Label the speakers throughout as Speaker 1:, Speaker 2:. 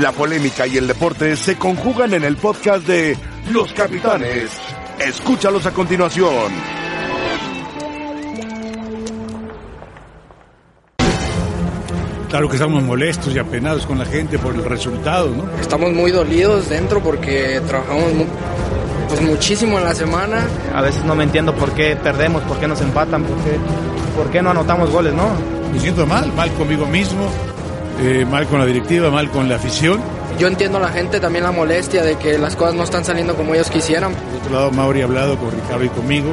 Speaker 1: La polémica y el deporte se conjugan en el podcast de Los Capitanes. Escúchalos a continuación.
Speaker 2: Claro que estamos molestos y apenados con la gente por el resultado, ¿no?
Speaker 3: Estamos muy dolidos dentro porque trabajamos mu- pues muchísimo en la semana.
Speaker 4: A veces no me entiendo por qué perdemos, por qué nos empatan, por qué, por qué no anotamos goles, ¿no?
Speaker 2: Me siento mal, mal conmigo mismo, eh, mal con la directiva, mal con la afición.
Speaker 3: Yo entiendo a la gente también la molestia de que las cosas no están saliendo como ellos quisieran.
Speaker 2: Por otro lado, Mauri ha hablado con Ricardo y conmigo,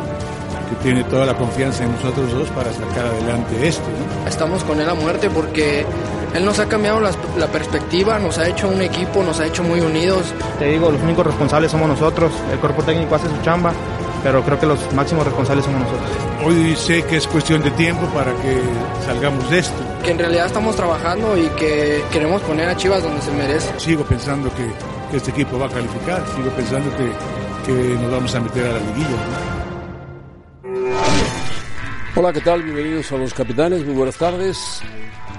Speaker 2: que tiene toda la confianza en nosotros dos para sacar adelante esto, ¿no?
Speaker 3: Estamos con él a muerte porque él nos ha cambiado las- la perspectiva, nos ha hecho un equipo, nos ha hecho muy unidos.
Speaker 4: Te digo, los únicos responsables somos nosotros, el cuerpo técnico hace su chamba, pero creo que los máximos responsables somos nosotros.
Speaker 2: Hoy sé que es cuestión de tiempo para que salgamos de esto.
Speaker 3: Que en realidad estamos trabajando y que queremos poner a Chivas donde se merece.
Speaker 2: Sigo pensando que, que este equipo va a calificar, sigo pensando que, que eh, nos vamos a meter a la liguilla. ¿no?
Speaker 5: Hola, ¿qué tal? Bienvenidos a los capitanes, muy buenas tardes.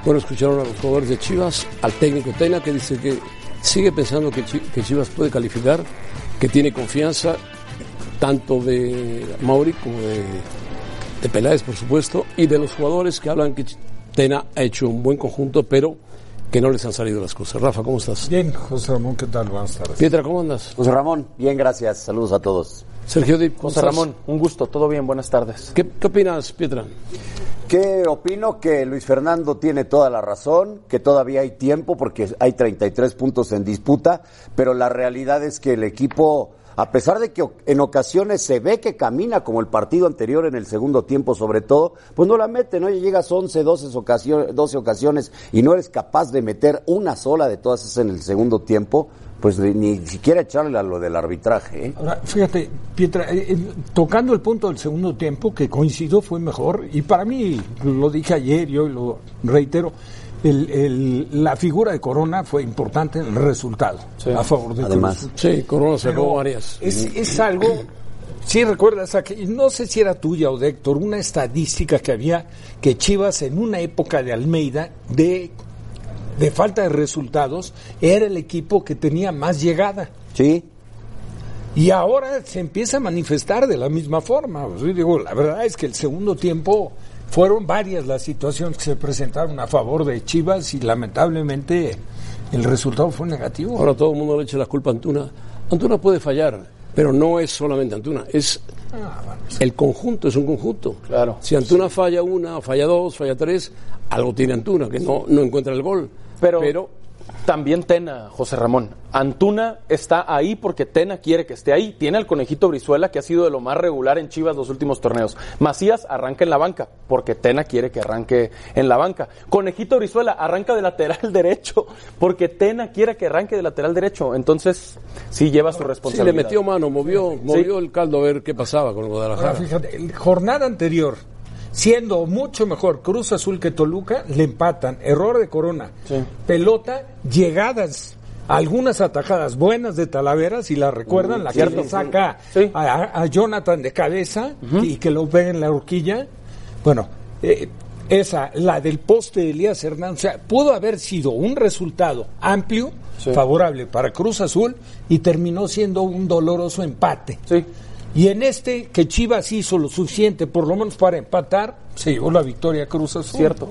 Speaker 5: Bueno, escucharon a los jugadores de Chivas, al técnico Tena que dice que sigue pensando que, Chi- que Chivas puede calificar, que tiene confianza tanto de Mauri como de, de Peláez, por supuesto, y de los jugadores que hablan que Chi- Tena ha hecho un buen conjunto, pero que no les han salido las cosas. Rafa, ¿cómo estás?
Speaker 6: Bien, José Ramón, ¿qué tal? Buenas tardes.
Speaker 5: Pietra, ¿cómo andas?
Speaker 7: José Ramón, bien, gracias. Saludos a todos.
Speaker 5: Sergio Dip, ¿cómo
Speaker 8: José
Speaker 5: estás?
Speaker 8: Ramón, un gusto, todo bien, buenas tardes.
Speaker 5: ¿Qué, qué opinas, Pietra?
Speaker 7: Que opino que Luis Fernando tiene toda la razón, que todavía hay tiempo porque hay 33 puntos en disputa, pero la realidad es que el equipo, a pesar de que o- en ocasiones se ve que camina como el partido anterior en el segundo tiempo sobre todo, pues no la mete, ¿no? Y llegas 11, 12 ocasiones, 12 ocasiones y no eres capaz de meter una sola de todas esas en el segundo tiempo, pues ni, ni siquiera echarle a lo del arbitraje, ¿eh?
Speaker 6: Ahora, fíjate, Pietra, eh, eh, tocando el punto del segundo tiempo, que coincido fue mejor, y para mí, lo dije ayer y hoy lo reitero, el- el- la figura de Corona fue importante en el resultado, a favor de
Speaker 7: Además.
Speaker 6: Cruz.
Speaker 5: Sí, Corona
Speaker 6: Pero
Speaker 5: sacó varias.
Speaker 6: Es, es algo, si recuerdas, aqu- no sé si era tuya o de Héctor, una estadística que había que Chivas en una época de Almeida, de, de falta de resultados, era el equipo que tenía más llegada.
Speaker 7: Sí,
Speaker 6: Y ahora se empieza a manifestar de la misma forma. O sea, digo, la verdad es que el segundo tiempo fueron varias las situaciones que se presentaron a favor de Chivas y lamentablemente el resultado fue negativo.
Speaker 5: Ahora todo el mundo le echa la culpa a Antuna. Antuna puede fallar, pero no es solamente Antuna, es
Speaker 6: Ah,
Speaker 5: el conjunto, es un conjunto.
Speaker 8: Claro.
Speaker 5: Si Antuna falla una, falla dos, falla tres, algo tiene Antuna, que no, no encuentra el gol.
Speaker 8: Pero, también Tena, José Ramón. Antuna está ahí porque Tena quiere que esté ahí. Tiene al conejito Brizuela que ha sido de lo más regular en Chivas los últimos torneos. Macías arranca en la banca porque Tena quiere que arranque en la banca. Conejito Brizuela arranca de lateral derecho porque Tena quiere que arranque de lateral derecho. Entonces, sí lleva su
Speaker 5: sí, le
Speaker 8: responsabilidad.
Speaker 5: metió mano, movió, movió el caldo a ver qué pasaba con el
Speaker 6: Ahora
Speaker 5: Guadalajara.
Speaker 6: fíjate, la jornada anterior, siendo mucho mejor Cruz Azul que Toluca, le empatan. Error de Corona. Pelota, llegadas. Algunas atajadas buenas de Talavera, si la recuerdan, la que le saca
Speaker 8: Sí.
Speaker 6: a, a Jonathan de cabeza y que lo pega en la horquilla. Bueno, eh, esa, la del poste de Elías Hernández, o sea, pudo haber sido un resultado amplio, favorable para Cruz Azul y terminó siendo un doloroso empate.
Speaker 8: Sí.
Speaker 6: Y en este, que Chivas hizo lo suficiente, por lo menos para empatar, se llevó la victoria a Cruz Azul.
Speaker 8: Cierto.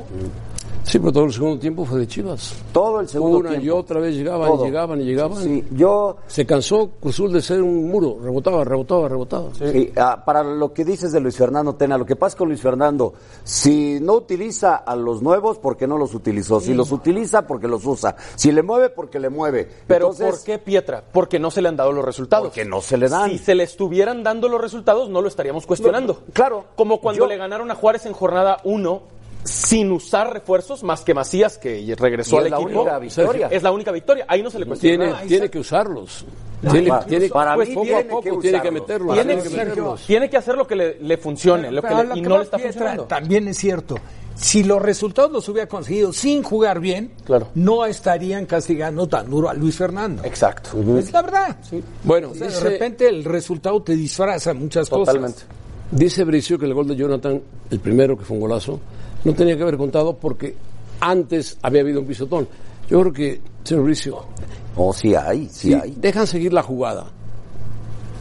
Speaker 5: Sí, pero todo el segundo tiempo fue de Chivas.
Speaker 7: todo el segundo
Speaker 5: Una
Speaker 7: tiempo.
Speaker 5: y otra vez llegaban,
Speaker 7: Todo.
Speaker 5: llegaban y llegaban.
Speaker 7: Sí, yo
Speaker 5: Se cansó Cruzul de ser un muro, rebotaba, rebotaba, rebotaba.
Speaker 7: Sí, ah, para lo que dices de Luis Fernando Tena, lo que pasa con Luis Fernando, si no utiliza a los nuevos, porque no los utilizó? Si los utiliza, porque los usa. Si le mueve, porque le mueve.
Speaker 8: Pero
Speaker 7: Entonces,
Speaker 8: ¿por qué Pietra? Porque no se le han dado los resultados.
Speaker 7: Porque no se le dan.
Speaker 8: Si se le estuvieran dando los resultados, no lo estaríamos cuestionando.
Speaker 7: No, claro.
Speaker 8: Como cuando
Speaker 7: Yo-
Speaker 8: le ganaron a Juárez en jornada 1 sin usar refuerzos más que Macías, que regresó
Speaker 7: Y
Speaker 8: al
Speaker 7: es la
Speaker 8: equipo.
Speaker 7: única victoria.
Speaker 8: Es la única victoria. Ahí no se le cuestiona.
Speaker 5: Tiene, tiene que usarlos. Tiene,
Speaker 7: para-
Speaker 5: tiene- pues,
Speaker 7: para mí
Speaker 5: poco a
Speaker 7: tiene
Speaker 5: poco
Speaker 7: que
Speaker 5: tiene que
Speaker 7: usarlos.
Speaker 5: meterlos.
Speaker 8: Tiene,
Speaker 5: tiene que meterlos.
Speaker 8: tiene que hacer lo que le, le funcione lo que
Speaker 6: Pero a
Speaker 8: le-
Speaker 6: lo
Speaker 8: y
Speaker 6: que
Speaker 8: no
Speaker 6: va
Speaker 8: le está
Speaker 6: Pietra,
Speaker 8: funcionando.
Speaker 6: También es cierto. Si los resultados los hubiera conseguido sin jugar bien,
Speaker 8: Claro.
Speaker 6: no estarían castigando tan duro a Luis Fernando.
Speaker 8: Exacto.
Speaker 6: Es la verdad.
Speaker 5: Bueno,
Speaker 6: O sea,
Speaker 5: dice-
Speaker 6: de repente el resultado te disfraza muchas
Speaker 8: Totalmente.
Speaker 6: cosas.
Speaker 5: Dice Bricio que el gol de Jonathan, el primero que fue un golazo, no tenía que haber contado porque Antes había habido un pisotón. Yo creo que, señor Bricio,
Speaker 7: Oh, sí hay, sí,
Speaker 5: si
Speaker 7: hay.
Speaker 5: dejan seguir la jugada,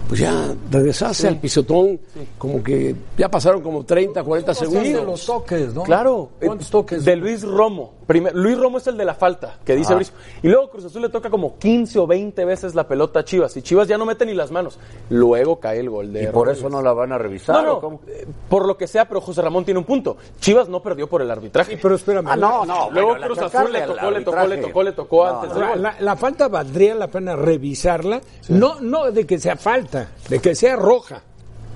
Speaker 5: pues ya regresarse al pisotón, como que ya pasaron como 30, 40
Speaker 6: de
Speaker 5: segundos.
Speaker 6: los toques, ¿no?
Speaker 8: Claro. eh,
Speaker 6: ¿Cuántos toques?
Speaker 8: De Luis Romo. Primer- Luis Romo es el de la falta, que
Speaker 7: Ah.
Speaker 8: dice Bricio. Y luego Cruz Azul le toca como 15 o 20 veces la pelota a Chivas. Y Chivas ya no mete ni las manos. Luego cae el gol de
Speaker 7: ¿Y por
Speaker 8: Rodríguez.
Speaker 7: eso no la van a revisar?
Speaker 8: No,
Speaker 7: ¿o
Speaker 8: no,
Speaker 7: cómo?
Speaker 8: eh, por lo que sea, pero José Ramón tiene un punto. Chivas no perdió por el arbitraje.
Speaker 6: Sí, pero espérame.
Speaker 7: Ah, no, no.
Speaker 8: Luego
Speaker 7: bueno, la
Speaker 8: Cruz
Speaker 7: chacarra
Speaker 8: Azul le
Speaker 7: al
Speaker 8: tocó, le tocó,
Speaker 7: arbitraje.
Speaker 8: le tocó, le tocó
Speaker 7: No,
Speaker 8: antes.
Speaker 7: no.
Speaker 8: del
Speaker 6: Ahora,
Speaker 8: gol.
Speaker 6: la, la falta valdría la pena revisarla, no, no de que sea falta, de que sea roja.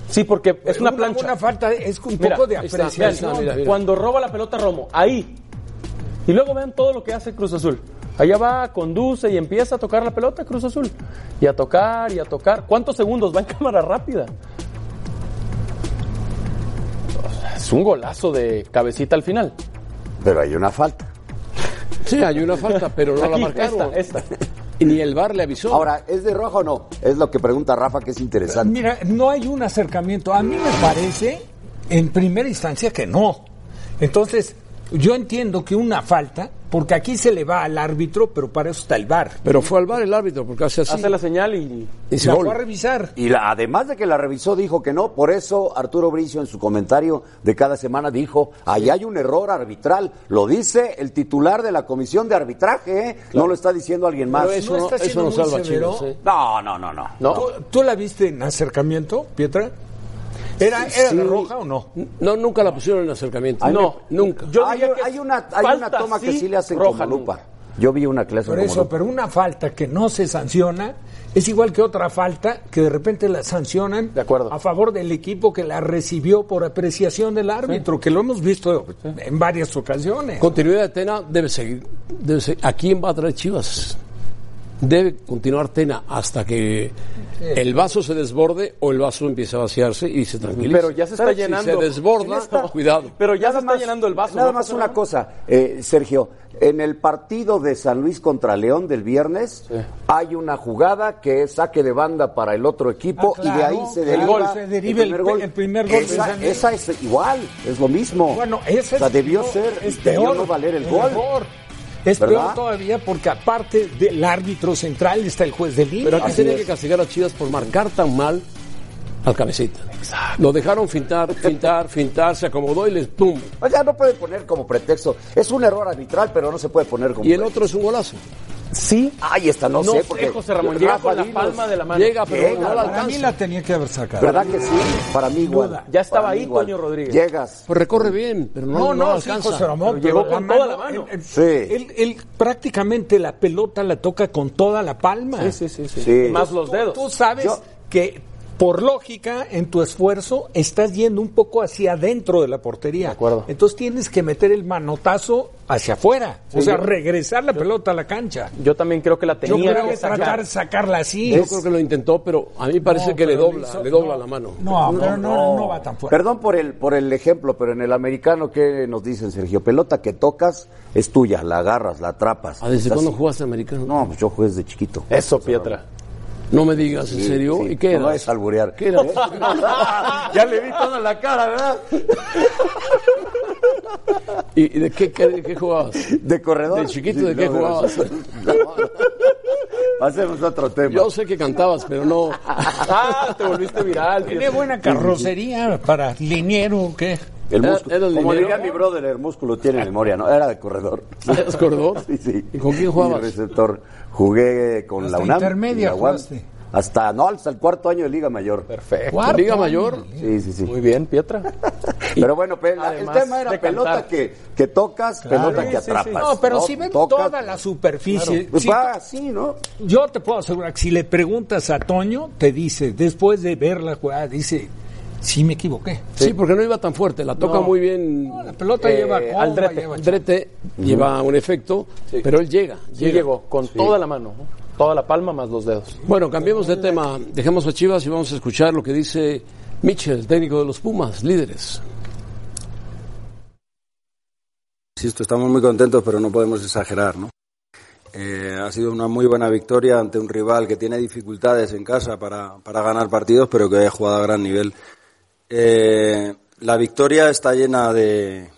Speaker 8: Sí, porque es una plancha.
Speaker 6: Una falta es un
Speaker 8: Mira,
Speaker 6: poco de
Speaker 8: ahí está,
Speaker 6: apreciación.
Speaker 8: vean, Cuando roba la pelota Romo, ahí. Y luego vean todo lo que hace Cruz Azul. Allá va, conduce y empieza a tocar la pelota Cruz Azul. Y a tocar y a tocar. ¿Cuántos segundos va en cámara rápida? O sea, Es un golazo de cabecita al final.
Speaker 7: Pero hay una falta.
Speaker 5: Sí, hay una falta, pero no la
Speaker 8: Aquí,
Speaker 5: marcaron.
Speaker 8: esta, esta.
Speaker 5: Y ni el bar le avisó.
Speaker 7: Ahora, ¿es de rojo o no? Es lo que pregunta Rafa, que es interesante.
Speaker 6: Mira, no hay un acercamiento. A mí me parece, en primera instancia, que no. Entonces, yo entiendo que una falta, porque aquí se le va al árbitro, pero para eso está el VAR.
Speaker 5: pero fue al bar el árbitro, porque hace así.
Speaker 8: Hace la señal y
Speaker 5: y se
Speaker 6: La
Speaker 5: gol.
Speaker 6: fue a revisar.
Speaker 7: Y la, además de que la revisó, dijo que no. Por eso Arturo Bricio en su comentario de cada semana dijo, ahí hay un error arbitral. Lo dice el titular de la comisión de arbitraje, ¿eh? No lo está diciendo alguien más.
Speaker 5: Pero eso
Speaker 6: ¿No
Speaker 5: no,
Speaker 6: está
Speaker 5: eso
Speaker 6: siendo
Speaker 5: no
Speaker 6: muy
Speaker 5: salva a
Speaker 6: severo?
Speaker 5: Chivas, ¿eh?
Speaker 7: No, no, no, no.
Speaker 8: no.
Speaker 6: ¿Tú, tú la viste en acercamiento, Pietra? ¿Era, era
Speaker 5: Sí.
Speaker 6: de roja o no?
Speaker 5: No, nunca la pusieron en acercamiento. no, nunca.
Speaker 8: Yo
Speaker 7: hay,
Speaker 8: diría que
Speaker 7: hay una, hay una
Speaker 8: falta
Speaker 7: toma que
Speaker 8: sí,
Speaker 7: sí le hacen
Speaker 8: roja
Speaker 7: como lupa. Yo vi una clase
Speaker 6: Por
Speaker 7: como
Speaker 6: eso,
Speaker 7: lupa.
Speaker 6: pero una falta que no se sanciona es igual que otra falta que de repente la sancionan
Speaker 8: De acuerdo.
Speaker 6: a favor del equipo que la recibió por apreciación del árbitro, que lo hemos visto en varias ocasiones.
Speaker 5: Continuidad de Tena debe seguir, debe seguir. ¿A quién va a traer Chivas? Debe continuar Tena hasta que el vaso se desborde o el vaso empiece a vaciarse y se tranquilice.
Speaker 8: Pero ya se está
Speaker 5: Pero Si
Speaker 8: llenando.
Speaker 5: se desborda,
Speaker 7: En esta-
Speaker 5: cuidado.
Speaker 8: Pero ya
Speaker 7: Nada
Speaker 8: se está
Speaker 7: más-
Speaker 8: llenando el vaso.
Speaker 7: Nada
Speaker 8: ¿no?
Speaker 7: más una cosa, eh, Sergio. En el partido de San Luis contra León del viernes, hay una jugada que es saque de banda para el otro equipo
Speaker 6: Ah,
Speaker 7: y de
Speaker 6: claro,
Speaker 7: ahí se
Speaker 6: claro,
Speaker 7: deriva,
Speaker 6: se deriva el pe- el primer gol de
Speaker 7: Esa,
Speaker 6: San Luis.
Speaker 7: esa es igual, es lo mismo.
Speaker 6: Bueno, ese
Speaker 7: o sea,
Speaker 6: es-
Speaker 7: debió
Speaker 6: no,
Speaker 7: ser,
Speaker 6: es
Speaker 7: debió
Speaker 6: peor,
Speaker 7: no valer el
Speaker 6: es
Speaker 7: gol.
Speaker 6: peor. Es
Speaker 7: ¿Verdad?
Speaker 6: peor todavía porque aparte del árbitro central está el juez del
Speaker 5: Pero
Speaker 6: línea.
Speaker 5: aquí tiene que castigar a Chivas por marcar tan mal al cabecita. Lo dejaron fintar, fintar, fintar, se acomodó y les pum.
Speaker 7: O sea, Pues no puede poner como pretexto. Es un error arbitral, pero no se puede poner como.
Speaker 5: Y el
Speaker 7: pretexto.
Speaker 5: otro es un golazo.
Speaker 8: Sí.
Speaker 7: Ay, esta no,
Speaker 8: No
Speaker 7: sé.
Speaker 8: sé,
Speaker 7: Porque
Speaker 8: José Ramón. Llega
Speaker 7: Rafa
Speaker 8: con la
Speaker 7: Dinos,
Speaker 8: palma de la mano.
Speaker 5: Llega, pero
Speaker 7: Llega,
Speaker 5: no la
Speaker 7: para
Speaker 6: Para mí
Speaker 5: alcanza.
Speaker 6: la tenía que haber sacado.
Speaker 7: ¿Verdad que sí? Para mí igual.
Speaker 8: Ya estaba
Speaker 7: Para mí
Speaker 8: ahí
Speaker 7: igual.
Speaker 8: Toño Rodríguez.
Speaker 7: Llegas.
Speaker 5: Pues recorre bien, pero no,
Speaker 6: No,
Speaker 5: no
Speaker 6: no,
Speaker 5: la
Speaker 6: sí,
Speaker 5: alcanza.
Speaker 6: José Ramón,
Speaker 8: Pero llegó
Speaker 6: pero
Speaker 8: con toda la mano.
Speaker 6: Él, él-
Speaker 7: Sí.
Speaker 6: él- él prácticamente la pelota la toca con toda la palma.
Speaker 8: Sí, sí, sí, sí.
Speaker 7: Sí.
Speaker 8: Más los
Speaker 6: Tú-
Speaker 8: dedos.
Speaker 6: Tú, sabes
Speaker 7: Yo-
Speaker 6: que por lógica, en tu esfuerzo, estás yendo un poco hacia adentro de la portería.
Speaker 8: De acuerdo.
Speaker 6: Entonces tienes que meter el manotazo hacia afuera. o sea, regresar la pelota a la cancha.
Speaker 8: Yo también creo que la
Speaker 6: Yo
Speaker 8: tenía
Speaker 6: creo
Speaker 8: que
Speaker 6: que
Speaker 8: sacar.
Speaker 6: tratar de sacarla así.
Speaker 5: Yo creo que lo intentó, pero a mí parece
Speaker 6: No,
Speaker 5: que le
Speaker 6: pero
Speaker 5: dobla,
Speaker 6: hizo-
Speaker 5: le dobla
Speaker 6: no,
Speaker 5: la mano.
Speaker 6: No, pero no, no va tan fuerte.
Speaker 7: Perdón por el, por el ejemplo, pero en el americano, ¿qué nos dicen, Sergio? Pelota que tocas es tuya, la agarras, la atrapas.
Speaker 5: ¿Ah, ¿Desde
Speaker 7: Estás-
Speaker 5: cuándo jugaste americano? No,
Speaker 7: No, pues yo jugué desde chiquito.
Speaker 8: Eso, Pietra.
Speaker 5: me digas, ¿en serio?
Speaker 7: Sí,
Speaker 5: ¿Y qué
Speaker 7: No
Speaker 5: era?
Speaker 7: es alburear.
Speaker 5: ¿Qué eras?
Speaker 7: ya le vi toda la cara, ¿verdad?
Speaker 5: ¿Y y de qué, qué- de qué jugabas?
Speaker 7: ¿De corredor?
Speaker 5: ¿De chiquito de qué
Speaker 7: no,
Speaker 5: jugabas?
Speaker 7: no. Pasemos a otro tema.
Speaker 5: Yo sé que cantabas, pero no.
Speaker 8: Ah, te volviste viral.
Speaker 6: Tiene
Speaker 8: Pietra.
Speaker 6: buena carrocería para liniero o qué.
Speaker 7: El
Speaker 5: Era-
Speaker 7: músculo.
Speaker 5: era el
Speaker 7: Como
Speaker 5: dinero.
Speaker 7: diría mi brother, el músculo tiene memoria, ¿no? Era de corredor.
Speaker 5: ¿Eras corredor?
Speaker 7: Sí, sí.
Speaker 5: ¿Y con quién jugabas?
Speaker 7: Y receptor. Jugué con
Speaker 6: Hasta
Speaker 7: la UNAM.
Speaker 6: intermedia
Speaker 7: y la UAM.
Speaker 6: jugaste.
Speaker 7: Hasta, no, hasta el cuarto año de Liga Mayor.
Speaker 8: Perfecto.
Speaker 6: Cuarto
Speaker 5: Liga
Speaker 6: año.
Speaker 5: Mayor.
Speaker 7: Sí, sí, sí.
Speaker 8: Muy bien, Pietra.
Speaker 7: Pero bueno, pe- la- el
Speaker 8: Además
Speaker 7: tema
Speaker 8: de
Speaker 7: era pelota
Speaker 8: cantar.
Speaker 7: que, que tocas, pelota que
Speaker 8: Sí, sí, sí.
Speaker 7: atrapas.
Speaker 6: No, pero si ven
Speaker 7: Tocas,
Speaker 6: toda la superficie.
Speaker 7: Pues
Speaker 6: si-
Speaker 7: va así, ¿no?
Speaker 6: Yo te puedo asegurar que si le preguntas a Toño, te dice, después de ver la jugada, dice, sí me equivoqué.
Speaker 5: Sí, porque no iba tan fuerte, la toca
Speaker 8: No.
Speaker 5: muy bien.
Speaker 6: La pelota lleva comba,
Speaker 8: al drete.
Speaker 6: lleva-
Speaker 5: Drete lleva un efecto, pero él llega.
Speaker 8: Sí,
Speaker 5: llega.
Speaker 8: llegó con toda la mano, ¿no? toda la palma más los dedos.
Speaker 5: Bueno, cambiemos de tema. Dejemos a Chivas y vamos a escuchar lo que dice Mitchell, técnico de los Pumas, líderes.
Speaker 9: Insisto, estamos muy contentos, pero no podemos exagerar, ¿no? Eh, ha sido una muy buena victoria ante un rival que tiene dificultades en casa para, para ganar partidos, pero que ha jugado a gran nivel. Eh, la victoria está llena de,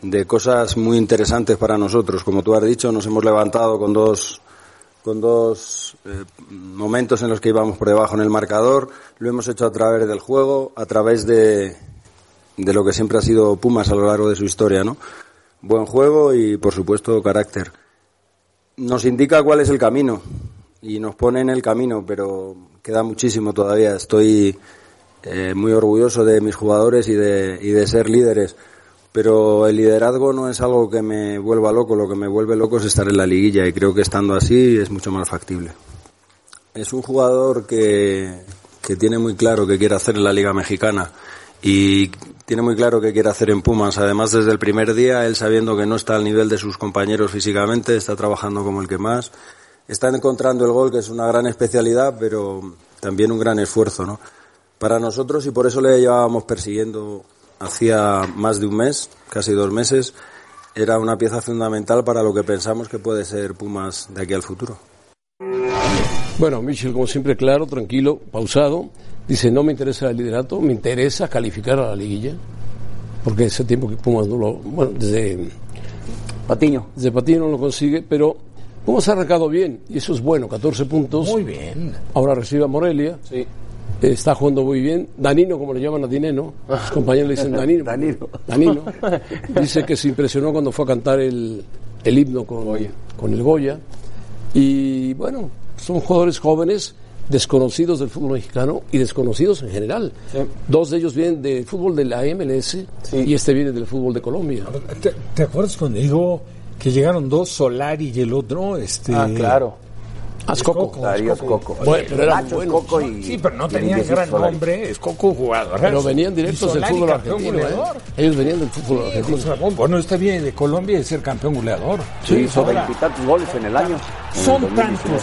Speaker 9: de cosas muy interesantes para nosotros. Como tú has dicho, nos hemos levantado con dos con dos eh, momentos en los que íbamos por debajo en el marcador. Lo hemos hecho a través del juego, a través de, de lo que siempre ha sido Pumas a lo largo de su historia, ¿no? Buen juego y, por supuesto, carácter. Nos indica cuál es el camino y nos pone en el camino, pero queda muchísimo todavía. Estoy eh, muy orgulloso de mis jugadores y de, y de ser líderes pero el liderazgo no es algo que me vuelva loco, lo que me vuelve loco es estar en la liguilla y creo que estando así es mucho más factible. Es un jugador que, que tiene muy claro que quiere hacer en la Liga Mexicana y tiene muy claro que quiere hacer en Pumas. Además, desde el primer día, él sabiendo que no está al nivel de sus compañeros físicamente, está trabajando como el que más, está encontrando el gol, que es una gran especialidad, pero también un gran esfuerzo, ¿no? Para nosotros y por eso le llevábamos persiguiendo hacía más de un mes, casi dos meses, era una pieza fundamental para lo que pensamos que puede ser Pumas de aquí al futuro.
Speaker 5: Bueno, Michel, como siempre, claro, tranquilo, pausado. Dice, no me interesa el liderato, me interesa calificar a la liguilla. Porque ese tiempo que Pumas no lo... Bueno, desde...
Speaker 10: Patiño.
Speaker 5: Desde Patiño no lo consigue, pero Pumas ha arrancado bien. Y eso es bueno, 14 puntos.
Speaker 6: Muy bien.
Speaker 5: Ahora recibe a Morelia. Eh,
Speaker 8: Sí.
Speaker 5: Está jugando muy bien. Danino, como le llaman a Dineno, sus compañeros le dicen Danino.
Speaker 10: Danilo.
Speaker 5: Danilo dice que se impresionó cuando fue a cantar el, el himno con, con el Goya. Y bueno, son jugadores jóvenes, desconocidos del fútbol mexicano y desconocidos en general.
Speaker 8: Sí.
Speaker 5: Dos de ellos vienen del fútbol de la MLS
Speaker 8: Sí.
Speaker 5: y este viene del fútbol de Colombia.
Speaker 6: ¿Te, te acuerdas cuando digo que llegaron dos, Solari y el otro? Este,
Speaker 8: Ah, claro.
Speaker 5: Ascoco.
Speaker 6: Escoco,
Speaker 7: Darío
Speaker 6: Escoco.
Speaker 7: Coco.
Speaker 5: Bueno, pero eran
Speaker 7: Nacho
Speaker 5: buenos.
Speaker 7: Coco y.
Speaker 6: Sí, pero no
Speaker 7: y
Speaker 6: tenía
Speaker 7: Jesús
Speaker 6: gran
Speaker 7: Solari.
Speaker 6: nombre, es Coco jugador.
Speaker 5: Pero venían directos del fútbol argentino. ¿eh? Ellos venían del fútbol argentino.
Speaker 6: Bueno, está bien de Colombia de ser campeón goleador.
Speaker 7: Sí, hizo
Speaker 6: Ahora,
Speaker 7: veintitantos goles en el año. en el
Speaker 6: son
Speaker 7: 2019.
Speaker 6: tantos,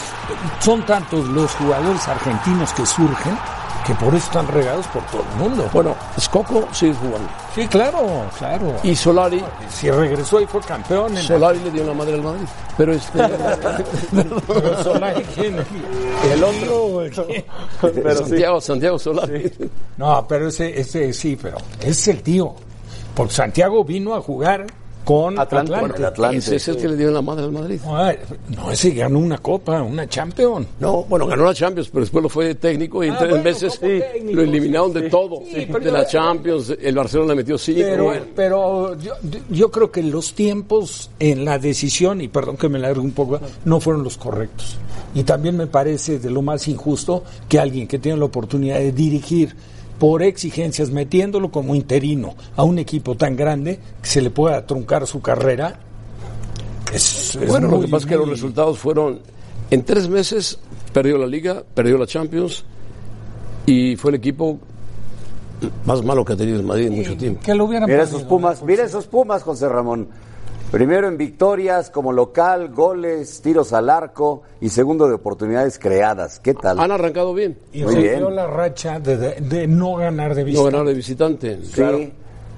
Speaker 6: son tantos los jugadores argentinos que surgen que por eso están regados por todo el mundo.
Speaker 5: Bueno, Ascoco sigue jugando.
Speaker 6: Sí, claro, claro.
Speaker 5: Y Solari,
Speaker 6: si regresó y fue campeón en
Speaker 5: Solari le dio la madre al Madrid. Pero este.
Speaker 6: Pero Solari, ¿quién? el otro el-
Speaker 8: Pero sí.
Speaker 5: Santiago, Santiago Solari.
Speaker 6: no pero ese ese sí pero es el tío porque Santiago vino a jugar con
Speaker 8: Atlante.
Speaker 6: Atlante,
Speaker 7: Con el Atlante.
Speaker 5: Ese es el que le dio la madre al Madrid.
Speaker 6: Ah, no ese ganó una copa una Champions
Speaker 5: No, bueno, ganó la Champions, pero después lo fue de técnico y en
Speaker 6: Ah,
Speaker 5: tres
Speaker 6: bueno,
Speaker 5: meses
Speaker 6: como técnico,
Speaker 5: lo eliminaron de
Speaker 6: sí.
Speaker 5: todo.
Speaker 6: Sí, pero
Speaker 5: de
Speaker 6: yo-
Speaker 5: la Champions, el Barcelona le metió cinco.
Speaker 6: pero,
Speaker 5: bueno.
Speaker 6: pero yo, yo creo que los tiempos en la decisión, y perdón que me largo un poco, no fueron los correctos. Y también me parece de lo más injusto que alguien que tiene la oportunidad de dirigir por exigencias, metiéndolo como interino a un equipo tan grande, que se le pueda truncar su carrera. Es, es
Speaker 5: Bueno, lo
Speaker 6: muy,
Speaker 5: que pasa es que los
Speaker 6: muy-
Speaker 5: resultados fueron. En tres meses perdió la Liga, perdió la Champions y fue el equipo más malo que ha tenido el Madrid en mucho tiempo.
Speaker 6: Que lo hubieran
Speaker 7: Mira
Speaker 6: perdido.
Speaker 7: esos Pumas, mira esos Pumas, José Ramón. Primero en victorias como local, goles, tiros al arco y segundo de oportunidades creadas. ¿Qué tal?
Speaker 5: Han arrancado bien,
Speaker 6: Y
Speaker 7: Muy
Speaker 6: se
Speaker 7: bien.
Speaker 6: dio la racha de, de- de no ganar de vista.
Speaker 5: no ganar de visitante.
Speaker 7: Sí.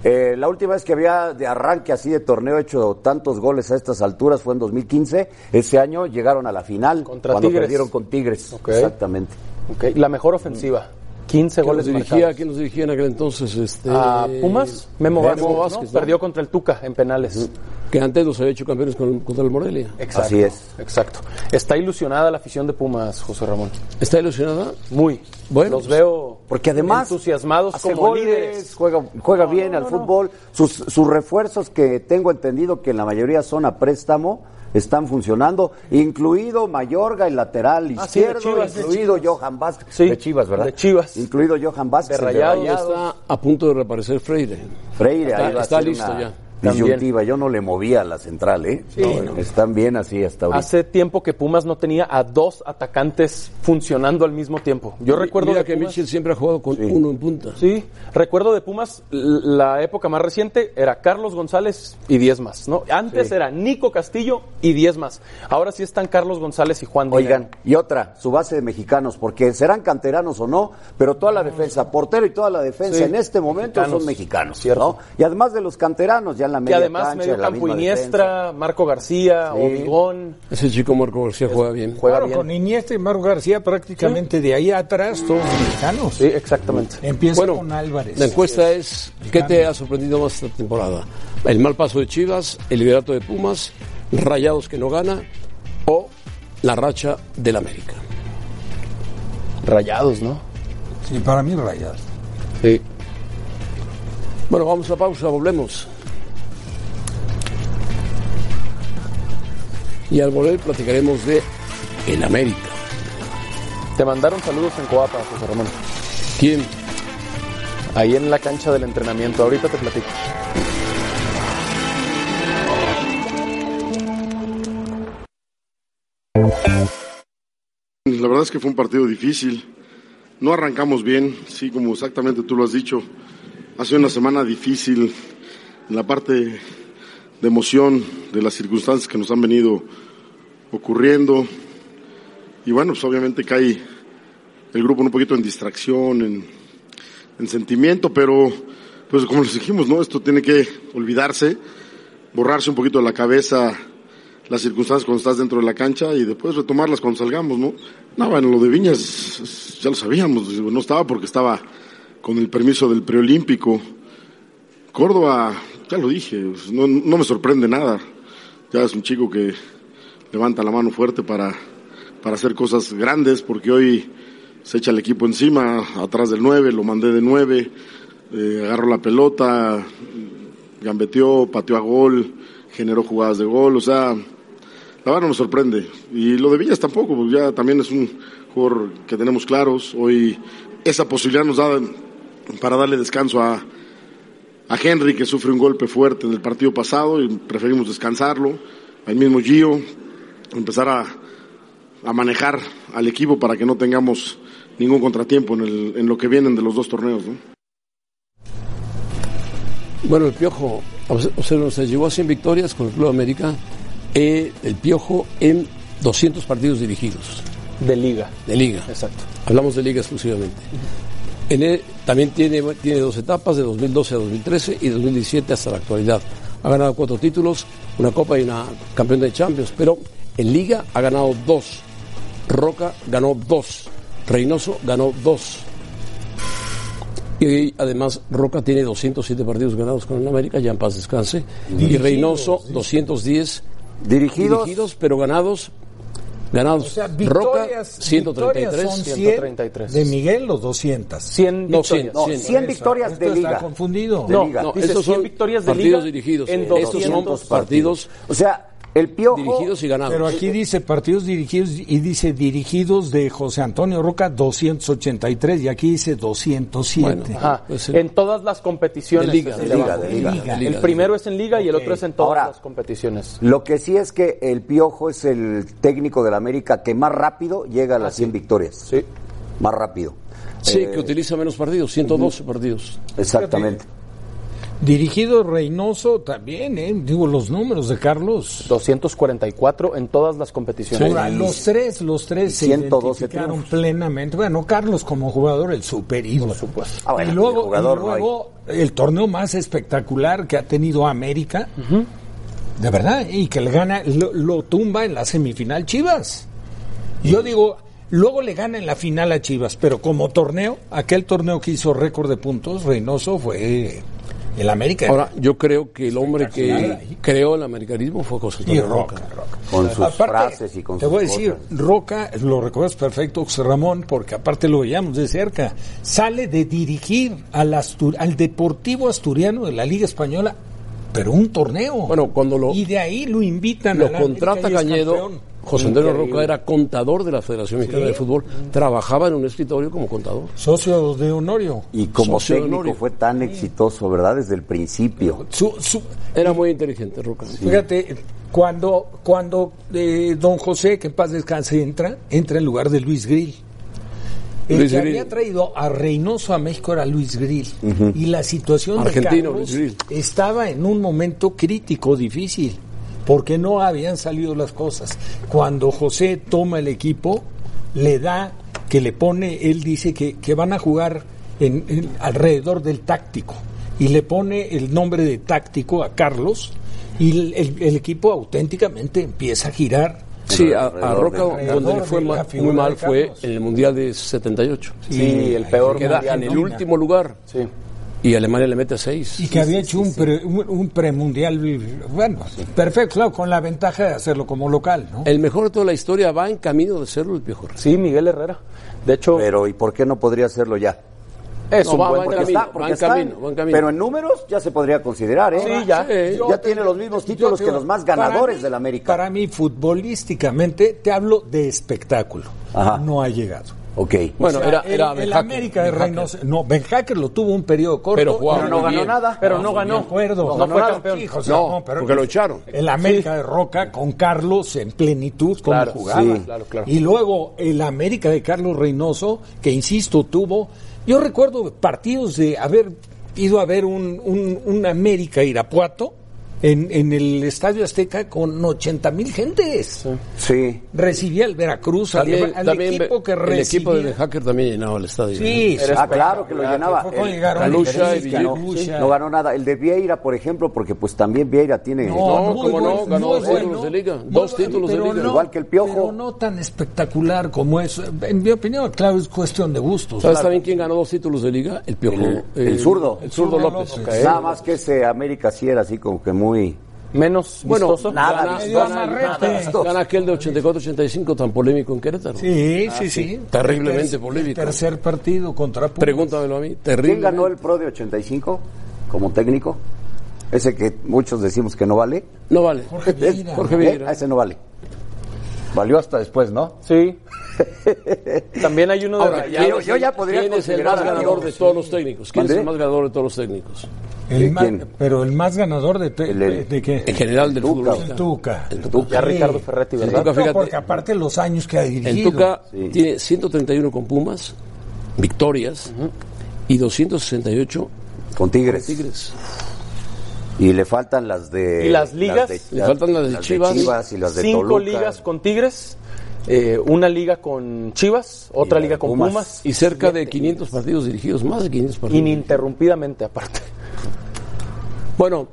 Speaker 7: Eh, la última vez que había de arranque así de torneo hecho tantos goles a estas alturas fue en 2015. Ese año llegaron a la final
Speaker 8: Contra
Speaker 7: cuando
Speaker 8: Tigres.
Speaker 7: perdieron con Tigres.
Speaker 8: Ok.
Speaker 7: Exactamente.
Speaker 8: Ok, La mejor ofensiva. 15
Speaker 5: ¿Quién
Speaker 8: goles
Speaker 5: nos, dirigía,
Speaker 8: marcados.
Speaker 5: ¿Quién nos dirigía en aquel entonces? Este,
Speaker 8: A Pumas, Memo Vázquez, ¿no?
Speaker 5: Vázquez, ¿no?
Speaker 8: perdió contra el Tuca en penales.
Speaker 5: Que antes los había hecho campeones con- contra el Morelia.
Speaker 8: Exacto,
Speaker 7: Así es.
Speaker 8: Exacto. Está ilusionada la afición de Pumas, José Ramón.
Speaker 5: ¿Está ilusionada?
Speaker 8: Muy.
Speaker 5: Bueno,
Speaker 8: Los veo
Speaker 7: Porque además
Speaker 8: entusiasmados
Speaker 7: hace
Speaker 8: como
Speaker 7: goles,
Speaker 8: líderes.
Speaker 7: juega, juega bien al fútbol. Sus, sus refuerzos que tengo entendido que en la mayoría son a préstamo están funcionando, incluido Mayorga el lateral
Speaker 8: Ah, sí, de
Speaker 7: izquierdo,
Speaker 8: Chivas, de
Speaker 7: incluido
Speaker 8: Chivas.
Speaker 7: Johan Vázquez
Speaker 8: Sí,
Speaker 7: de Chivas, ¿verdad?
Speaker 8: de Chivas.
Speaker 7: Incluido Johan Vázquez
Speaker 8: De
Speaker 7: el
Speaker 8: Rayados.
Speaker 5: está a punto de reaparecer Freire.
Speaker 7: Freire
Speaker 5: Está-
Speaker 7: ahí va a
Speaker 5: está
Speaker 7: ser
Speaker 5: listo
Speaker 7: una
Speaker 5: ya.
Speaker 7: disyuntiva. Yo no le movía a la central, ¿eh? No, Están bien así hasta ahorita.
Speaker 8: Hace tiempo que Pumas no tenía a dos atacantes funcionando al mismo tiempo. Yo recuerdo
Speaker 5: Mira
Speaker 8: de
Speaker 5: que
Speaker 8: Pumas-
Speaker 5: Mitchell siempre ha jugado con uno en punta.
Speaker 8: Sí, recuerdo de Pumas, l- la época más reciente era Carlos González y 10 más, ¿no? Antes era Nico Castillo y 10 más. Ahora sí están Carlos González y Juan Dinero.
Speaker 7: Oigan, y otra, su base de mexicanos, porque serán canteranos o no, pero toda la defensa, portero y toda la defensa
Speaker 8: Sí,
Speaker 7: en este momento
Speaker 8: mexicanos,
Speaker 7: son mexicanos,
Speaker 8: cierto.
Speaker 7: ¿no? Y además de los canteranos, ya en la
Speaker 8: que
Speaker 7: media
Speaker 8: además
Speaker 7: cancha,
Speaker 8: medio
Speaker 7: en la
Speaker 8: campo
Speaker 7: misma
Speaker 8: Iniestra, Marco García,
Speaker 7: Sí.
Speaker 8: Obigón,
Speaker 5: Ese chico Marco García juega bien.
Speaker 8: juega
Speaker 6: Claro,
Speaker 8: bien.
Speaker 6: con Iniesta y Marco García prácticamente de ahí atrás todos mexicanos.
Speaker 8: Sí, exactamente.
Speaker 6: Empieza
Speaker 5: Bueno,
Speaker 6: con Álvarez.
Speaker 5: la encuesta es, ¿qué te ha sorprendido más esta temporada? ¿El mal paso de Chivas, el liderato de Pumas, Rayados que no gana o la racha del América?
Speaker 8: Rayados, ¿no?
Speaker 6: Sí, para mí rayas.
Speaker 5: Sí. Bueno, vamos a pausa, volvemos. Y al volver platicaremos de el América.
Speaker 8: Te mandaron saludos en Coapa, José Ramón.
Speaker 5: ¿Quién?
Speaker 8: Ahí en la cancha del entrenamiento. Ahorita te platico.
Speaker 10: La verdad es que fue un partido difícil. No arrancamos bien, sí, como exactamente tú lo has dicho. Ha sido una semana difícil en la parte de emoción de las circunstancias que nos han venido ocurriendo. Y bueno, pues obviamente cae el grupo un poquito en distracción, en, en sentimiento, pero pues como les dijimos, ¿no? Esto tiene que olvidarse, borrarse un poquito de la cabeza las circunstancias cuando estás dentro de la cancha y después retomarlas cuando salgamos, ¿no? No, bueno, lo de Viñas es- ya lo sabíamos, digo, no estaba porque estaba con el permiso del preolímpico. Córdoba, ya lo dije, pues, no, no me sorprende nada. Ya es un chico que levanta la mano fuerte para, para hacer cosas grandes porque hoy se echa el equipo encima, atrás del 9, lo mandé de 9, eh, agarró la pelota, gambeteó, pateó a gol, generó jugadas de gol, o sea, la verdad no nos sorprende. Y lo de Villas tampoco, pues ya también es un jugador que tenemos claros. Hoy esa posibilidad nos da para darle descanso a, a Henry, que sufre un golpe fuerte en el partido pasado y preferimos descansarlo. Al mismo Gio, empezar a, a manejar al equipo para que no tengamos ningún contratiempo en, el- en lo que vienen de los dos torneos. ¿no?
Speaker 5: Bueno, el Piojo, obs- observen ustedes, llegó a 100 victorias con el Club América, eh, el Piojo en 200 partidos dirigidos
Speaker 8: De liga.
Speaker 5: de liga.
Speaker 8: Exacto.
Speaker 5: Hablamos de liga exclusivamente. En él también tiene, tiene dos etapas, de 2012 a 2013 y 2017 hasta la actualidad. Ha ganado cuatro títulos, una copa y una campeón de Champions, pero en liga ha ganado dos. Roca ganó dos. Reynoso ganó dos. Y además Roca tiene 207 partidos ganados con el América, ya en paz descanse. y Reynoso 210
Speaker 7: Dirigidos.
Speaker 5: dirigidos, pero ganados. Ganados.
Speaker 6: O sea,
Speaker 5: Roca
Speaker 6: victorias,
Speaker 5: 133.
Speaker 6: victorias son 100
Speaker 8: 133.
Speaker 6: de Miguel los 200.
Speaker 8: 100
Speaker 5: No,
Speaker 8: victorias.
Speaker 5: 100,
Speaker 7: No,
Speaker 5: 100.
Speaker 7: 100 victorias de
Speaker 6: Esto
Speaker 7: liga.
Speaker 6: Está confundido.
Speaker 7: De
Speaker 8: No,
Speaker 7: liga.
Speaker 5: No,
Speaker 8: Dices,
Speaker 5: esos
Speaker 8: 100
Speaker 5: son
Speaker 8: victorias de
Speaker 5: partidos
Speaker 8: liga
Speaker 5: dirigidos.
Speaker 8: en
Speaker 5: Estos son
Speaker 8: 200
Speaker 5: partidos
Speaker 7: O sea, el piojo.
Speaker 5: dirigidos y ganados.
Speaker 6: Pero aquí dice partidos dirigidos y dice dirigidos de José Antonio Roca 283 y aquí dice 207.
Speaker 5: Bueno.
Speaker 8: Ajá.
Speaker 5: Pues sí.
Speaker 8: En todas las competiciones.
Speaker 5: De liga,
Speaker 8: es
Speaker 5: de
Speaker 8: el
Speaker 5: liga,
Speaker 8: abajo.
Speaker 7: de liga.
Speaker 6: Liga.
Speaker 5: Liga.
Speaker 8: El primero es en liga y el otro es en todas
Speaker 7: Ahora-
Speaker 8: las competiciones.
Speaker 7: Lo que sí es que el Piojo es el técnico del América que más rápido llega a las 100 victorias.
Speaker 8: Ah, Sí.
Speaker 7: Más rápido. Eh,
Speaker 5: Sí, que utiliza menos partidos, 112 partidos.
Speaker 7: Exactamente.
Speaker 6: Dirigido Reynoso también, ¿eh? digo los números de Carlos.
Speaker 8: 244 en todas las competiciones.
Speaker 6: Ahora, los tres, los tres se
Speaker 7: 112
Speaker 6: identificaron
Speaker 7: triunfos.
Speaker 6: plenamente. Bueno, Carlos como jugador, el super ídolo.
Speaker 7: Ah, bueno,
Speaker 6: y luego,
Speaker 7: el jugador
Speaker 6: y
Speaker 7: no hay.
Speaker 6: luego, el torneo más espectacular que ha tenido América, de verdad, y que le gana, lo, lo tumba en la semifinal Chivas. Yo digo, luego le gana en la final a Chivas, pero como torneo, aquel torneo que hizo récord de puntos, Reynoso fue el América.
Speaker 5: Ahora, yo creo que el hombre
Speaker 6: Espectacular
Speaker 5: que
Speaker 6: ahí.
Speaker 5: creó el americanismo fue José
Speaker 6: Y
Speaker 5: Antonio
Speaker 6: Roca.
Speaker 5: Roca.
Speaker 7: Con sus
Speaker 6: Aparte,
Speaker 7: frases y con
Speaker 6: Te
Speaker 7: sus
Speaker 6: voy a decir,
Speaker 7: cosas.
Speaker 6: Roca, lo recuerdas perfecto, José Ramón, porque aparte lo veíamos de cerca, sale de dirigir al, Astur- al Deportivo Asturiano de la Liga Española, pero un torneo.
Speaker 5: Bueno, cuando lo-
Speaker 6: Y de ahí lo invitan a
Speaker 5: Lo
Speaker 6: la
Speaker 5: contrata
Speaker 6: América y es
Speaker 5: Cañedo.
Speaker 6: campeón.
Speaker 5: José Antonio Roca era contador de la Federación Mexicana de Fútbol, trabajaba en un escritorio como contador.
Speaker 6: Socio de Honorio.
Speaker 7: Y como
Speaker 5: Socio de
Speaker 7: técnico
Speaker 5: Honorio.
Speaker 7: fue tan exitoso, ¿verdad? Desde el principio.
Speaker 6: Su- su-
Speaker 5: Era muy inteligente Roca.
Speaker 6: Fíjate, cuando, cuando eh, don José, que en paz descanse, entra, entra en lugar de Luis Grill. El
Speaker 5: Luis
Speaker 6: que
Speaker 5: Grill. Mm.
Speaker 6: había traído a Reynoso a México era Luis Grill. Y la situación
Speaker 5: Argentino,
Speaker 6: de Carlos
Speaker 5: Luis Grill.
Speaker 6: estaba en un momento crítico, difícil, porque no habían salido las cosas. Cuando José toma el equipo, le da, que le pone, él dice que, que van a jugar en- en- alrededor del táctico. y le pone el nombre de táctico a Carlos y el, el- el equipo auténticamente empieza a girar.
Speaker 5: Sí, a, a Roca
Speaker 6: Alrededor
Speaker 5: donde le fue
Speaker 6: de la
Speaker 5: ma- muy
Speaker 6: figura
Speaker 5: mal
Speaker 6: de
Speaker 5: fue
Speaker 6: Carlos.
Speaker 5: en el Mundial de 78.
Speaker 6: Sí, Sí, el peor
Speaker 5: Queda
Speaker 6: mundial,
Speaker 5: en
Speaker 6: ¿no?
Speaker 5: el último lugar. Y Alemania le mete 6.
Speaker 6: Y que había hecho un, pre- un, un premundial, bueno, perfecto, claro, con la ventaja de hacerlo como local, ¿no?
Speaker 5: El mejor de toda la historia va en camino de serlo el Piojo.
Speaker 8: Sí, Miguel Herrera. De hecho.
Speaker 7: Pero, ¿y por qué no podría hacerlo ya?
Speaker 5: Es un buen
Speaker 7: porque
Speaker 5: camino,
Speaker 7: está, porque
Speaker 5: va en
Speaker 7: está
Speaker 5: camino, va en camino.
Speaker 7: Pero en números ya se podría considerar, ¿eh?
Speaker 8: Sí, ya.
Speaker 5: Sí.
Speaker 7: Ya tiene los mismos títulos que los más ganadores del América.
Speaker 6: Para mí, futbolísticamente, te hablo de espectáculo.
Speaker 7: Ajá.
Speaker 6: No ha llegado.
Speaker 7: Ok.
Speaker 5: Bueno,
Speaker 6: O sea,
Speaker 5: era,
Speaker 6: el-
Speaker 5: era
Speaker 6: el,
Speaker 5: Ben Hacker,
Speaker 6: América de
Speaker 5: Ben Hacker.
Speaker 6: Reynosa. No, Ben Hacker lo tuvo un periodo corto.
Speaker 5: Pero jugaba
Speaker 7: no
Speaker 5: muy
Speaker 7: ganó
Speaker 5: bien.
Speaker 7: nada.
Speaker 8: Pero no ganó.
Speaker 6: De acuerdo,
Speaker 8: No,
Speaker 6: no
Speaker 8: fue
Speaker 6: nada.
Speaker 8: campeón.
Speaker 6: Hijo, o sea,
Speaker 5: No,
Speaker 6: no, pero-
Speaker 5: porque lo echaron.
Speaker 6: El América de Roca con Carlos en plenitud, como
Speaker 8: Claro,
Speaker 6: jugaba.
Speaker 8: sí. Claro, claro.
Speaker 6: Y luego el América de Carlos Reynoso, que insisto, tuvo. Yo recuerdo partidos de haber ido a ver un, un, un América Irapuato en, en el Estadio Azteca con 80 mil gentes.
Speaker 7: Sí.
Speaker 6: Recibía el Veracruz, al-
Speaker 5: También-
Speaker 6: al,
Speaker 5: también
Speaker 6: equipo que
Speaker 5: El
Speaker 6: recibía.
Speaker 5: equipo de Ben Hacker también llenaba el estadio.
Speaker 6: Sí, sí.
Speaker 7: Ah, claro, que lo llenaba.
Speaker 6: Fue cuando
Speaker 7: El-
Speaker 6: llegaron
Speaker 5: Calusha y
Speaker 6: Villiers,
Speaker 7: no,
Speaker 6: Calusha.
Speaker 7: no ganó nada. El de Vieira, por ejemplo, porque pues también Vieira tiene...
Speaker 5: No,
Speaker 6: muy
Speaker 5: cómo no,
Speaker 6: buen-
Speaker 5: ganó
Speaker 6: muy
Speaker 5: dos títulos de liga,
Speaker 6: muy
Speaker 5: dos
Speaker 6: bueno,
Speaker 5: títulos de
Speaker 6: pero
Speaker 5: liga.
Speaker 7: Igual que el Piojo.
Speaker 6: Pero no tan espectacular como eso. En mi opinión, claro, es cuestión de gustos.
Speaker 5: ¿Sabes también quién ganó dos títulos de liga? El Piojo.
Speaker 7: El- el
Speaker 5: eh,
Speaker 7: zurdo.
Speaker 5: El zurdo
Speaker 6: Zurdo
Speaker 5: López.
Speaker 6: López.
Speaker 5: Caer.
Speaker 7: Nada más que ese América sí era así como que muy...
Speaker 8: Menos
Speaker 5: Bueno,
Speaker 8: vistoso.
Speaker 7: nada,
Speaker 5: gana,
Speaker 7: vistoso,
Speaker 5: gana-
Speaker 6: amarrete.
Speaker 5: gana- gana aquel de 84-85 tan polémico en Querétaro. Ah,
Speaker 6: Sí, sí, sí.
Speaker 5: Terriblemente
Speaker 6: El ter-
Speaker 5: polémico.
Speaker 6: el Tercer partido contra Pumas.
Speaker 5: Pregúntamelo a mí. Terrible. ¿eh?
Speaker 7: ¿Quién ganó el Pro de 85 como técnico? Ese que muchos decimos que no vale.
Speaker 5: No vale.
Speaker 6: Jorge Vieira.
Speaker 5: Jorge
Speaker 7: ¿Eh?
Speaker 5: Vieira.
Speaker 7: Ah, ese no vale. Valió hasta después, ¿no?
Speaker 8: Sí. También hay uno de
Speaker 5: Ahora,
Speaker 8: Rayados.
Speaker 5: ¿quién
Speaker 7: yo-
Speaker 5: es
Speaker 7: yo
Speaker 5: el-
Speaker 7: ya podría
Speaker 5: ¿Quién es el
Speaker 7: considerar
Speaker 5: más
Speaker 7: a Diego,
Speaker 5: ganador de
Speaker 7: sí.
Speaker 5: todos los técnicos? ¿Quién es el
Speaker 7: ¿Mandé?
Speaker 5: más ganador de todos los técnicos?
Speaker 6: El
Speaker 7: ¿De
Speaker 6: más-
Speaker 7: quién?
Speaker 6: pero el más ganador de, te-
Speaker 7: El- el-
Speaker 6: de
Speaker 5: En
Speaker 6: qué?
Speaker 5: general del
Speaker 7: Tuca.
Speaker 5: fútbolista.
Speaker 6: El Eh, Tuca.
Speaker 5: El Tuca.
Speaker 7: Tuca.
Speaker 8: Ya Ricardo Ferretti,
Speaker 5: El
Speaker 8: ¿verdad?
Speaker 5: Tuca, fíjate.
Speaker 6: No, porque aparte los años que ha dirigido.
Speaker 5: El Tuca
Speaker 7: Sí.
Speaker 5: tiene 131 con Pumas, victorias, y 268
Speaker 7: Con Tigres.
Speaker 5: Tigres.
Speaker 7: Y le faltan las de...
Speaker 8: ¿Y las ligas?
Speaker 7: Eh, de-
Speaker 5: Le faltan las de Chivas.
Speaker 7: y las de
Speaker 8: cinco
Speaker 7: Toluca.
Speaker 8: ligas con Tigres, eh, una liga con Chivas, otra
Speaker 7: la de
Speaker 8: liga con
Speaker 7: Pumas.
Speaker 8: Pumas,
Speaker 5: Y cerca de 500 partidos dirigidos, más de 500 partidos.
Speaker 8: ininterrumpidamente aparte.
Speaker 5: Bueno,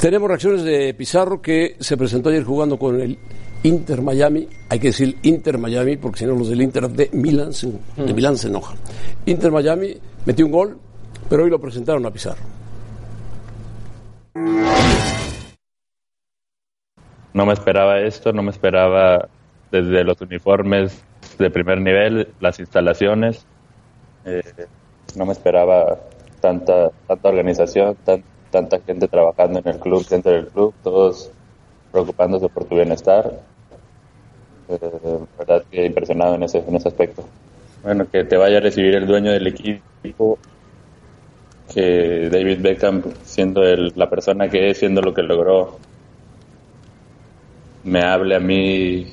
Speaker 5: tenemos reacciones de Pizarro que se presentó ayer jugando con el Inter Miami. Hay que decir Inter Miami porque si no los del Inter de Milán se, de Milán se enojan. Inter Miami metió un gol, pero hoy lo presentaron a Pizarro.
Speaker 11: No me esperaba esto, no me esperaba desde los uniformes de primer nivel, las instalaciones, eh, no me esperaba tanta tanta organización, tan- tanta gente trabajando en el club, dentro del club, todos preocupándose por tu bienestar. Eh, la verdad que impresionado en ese, en ese aspecto. Bueno, que te vaya a recibir el dueño del equipo, que David Beckham, siendo el- la persona que es, siendo lo que logró, me hable a mí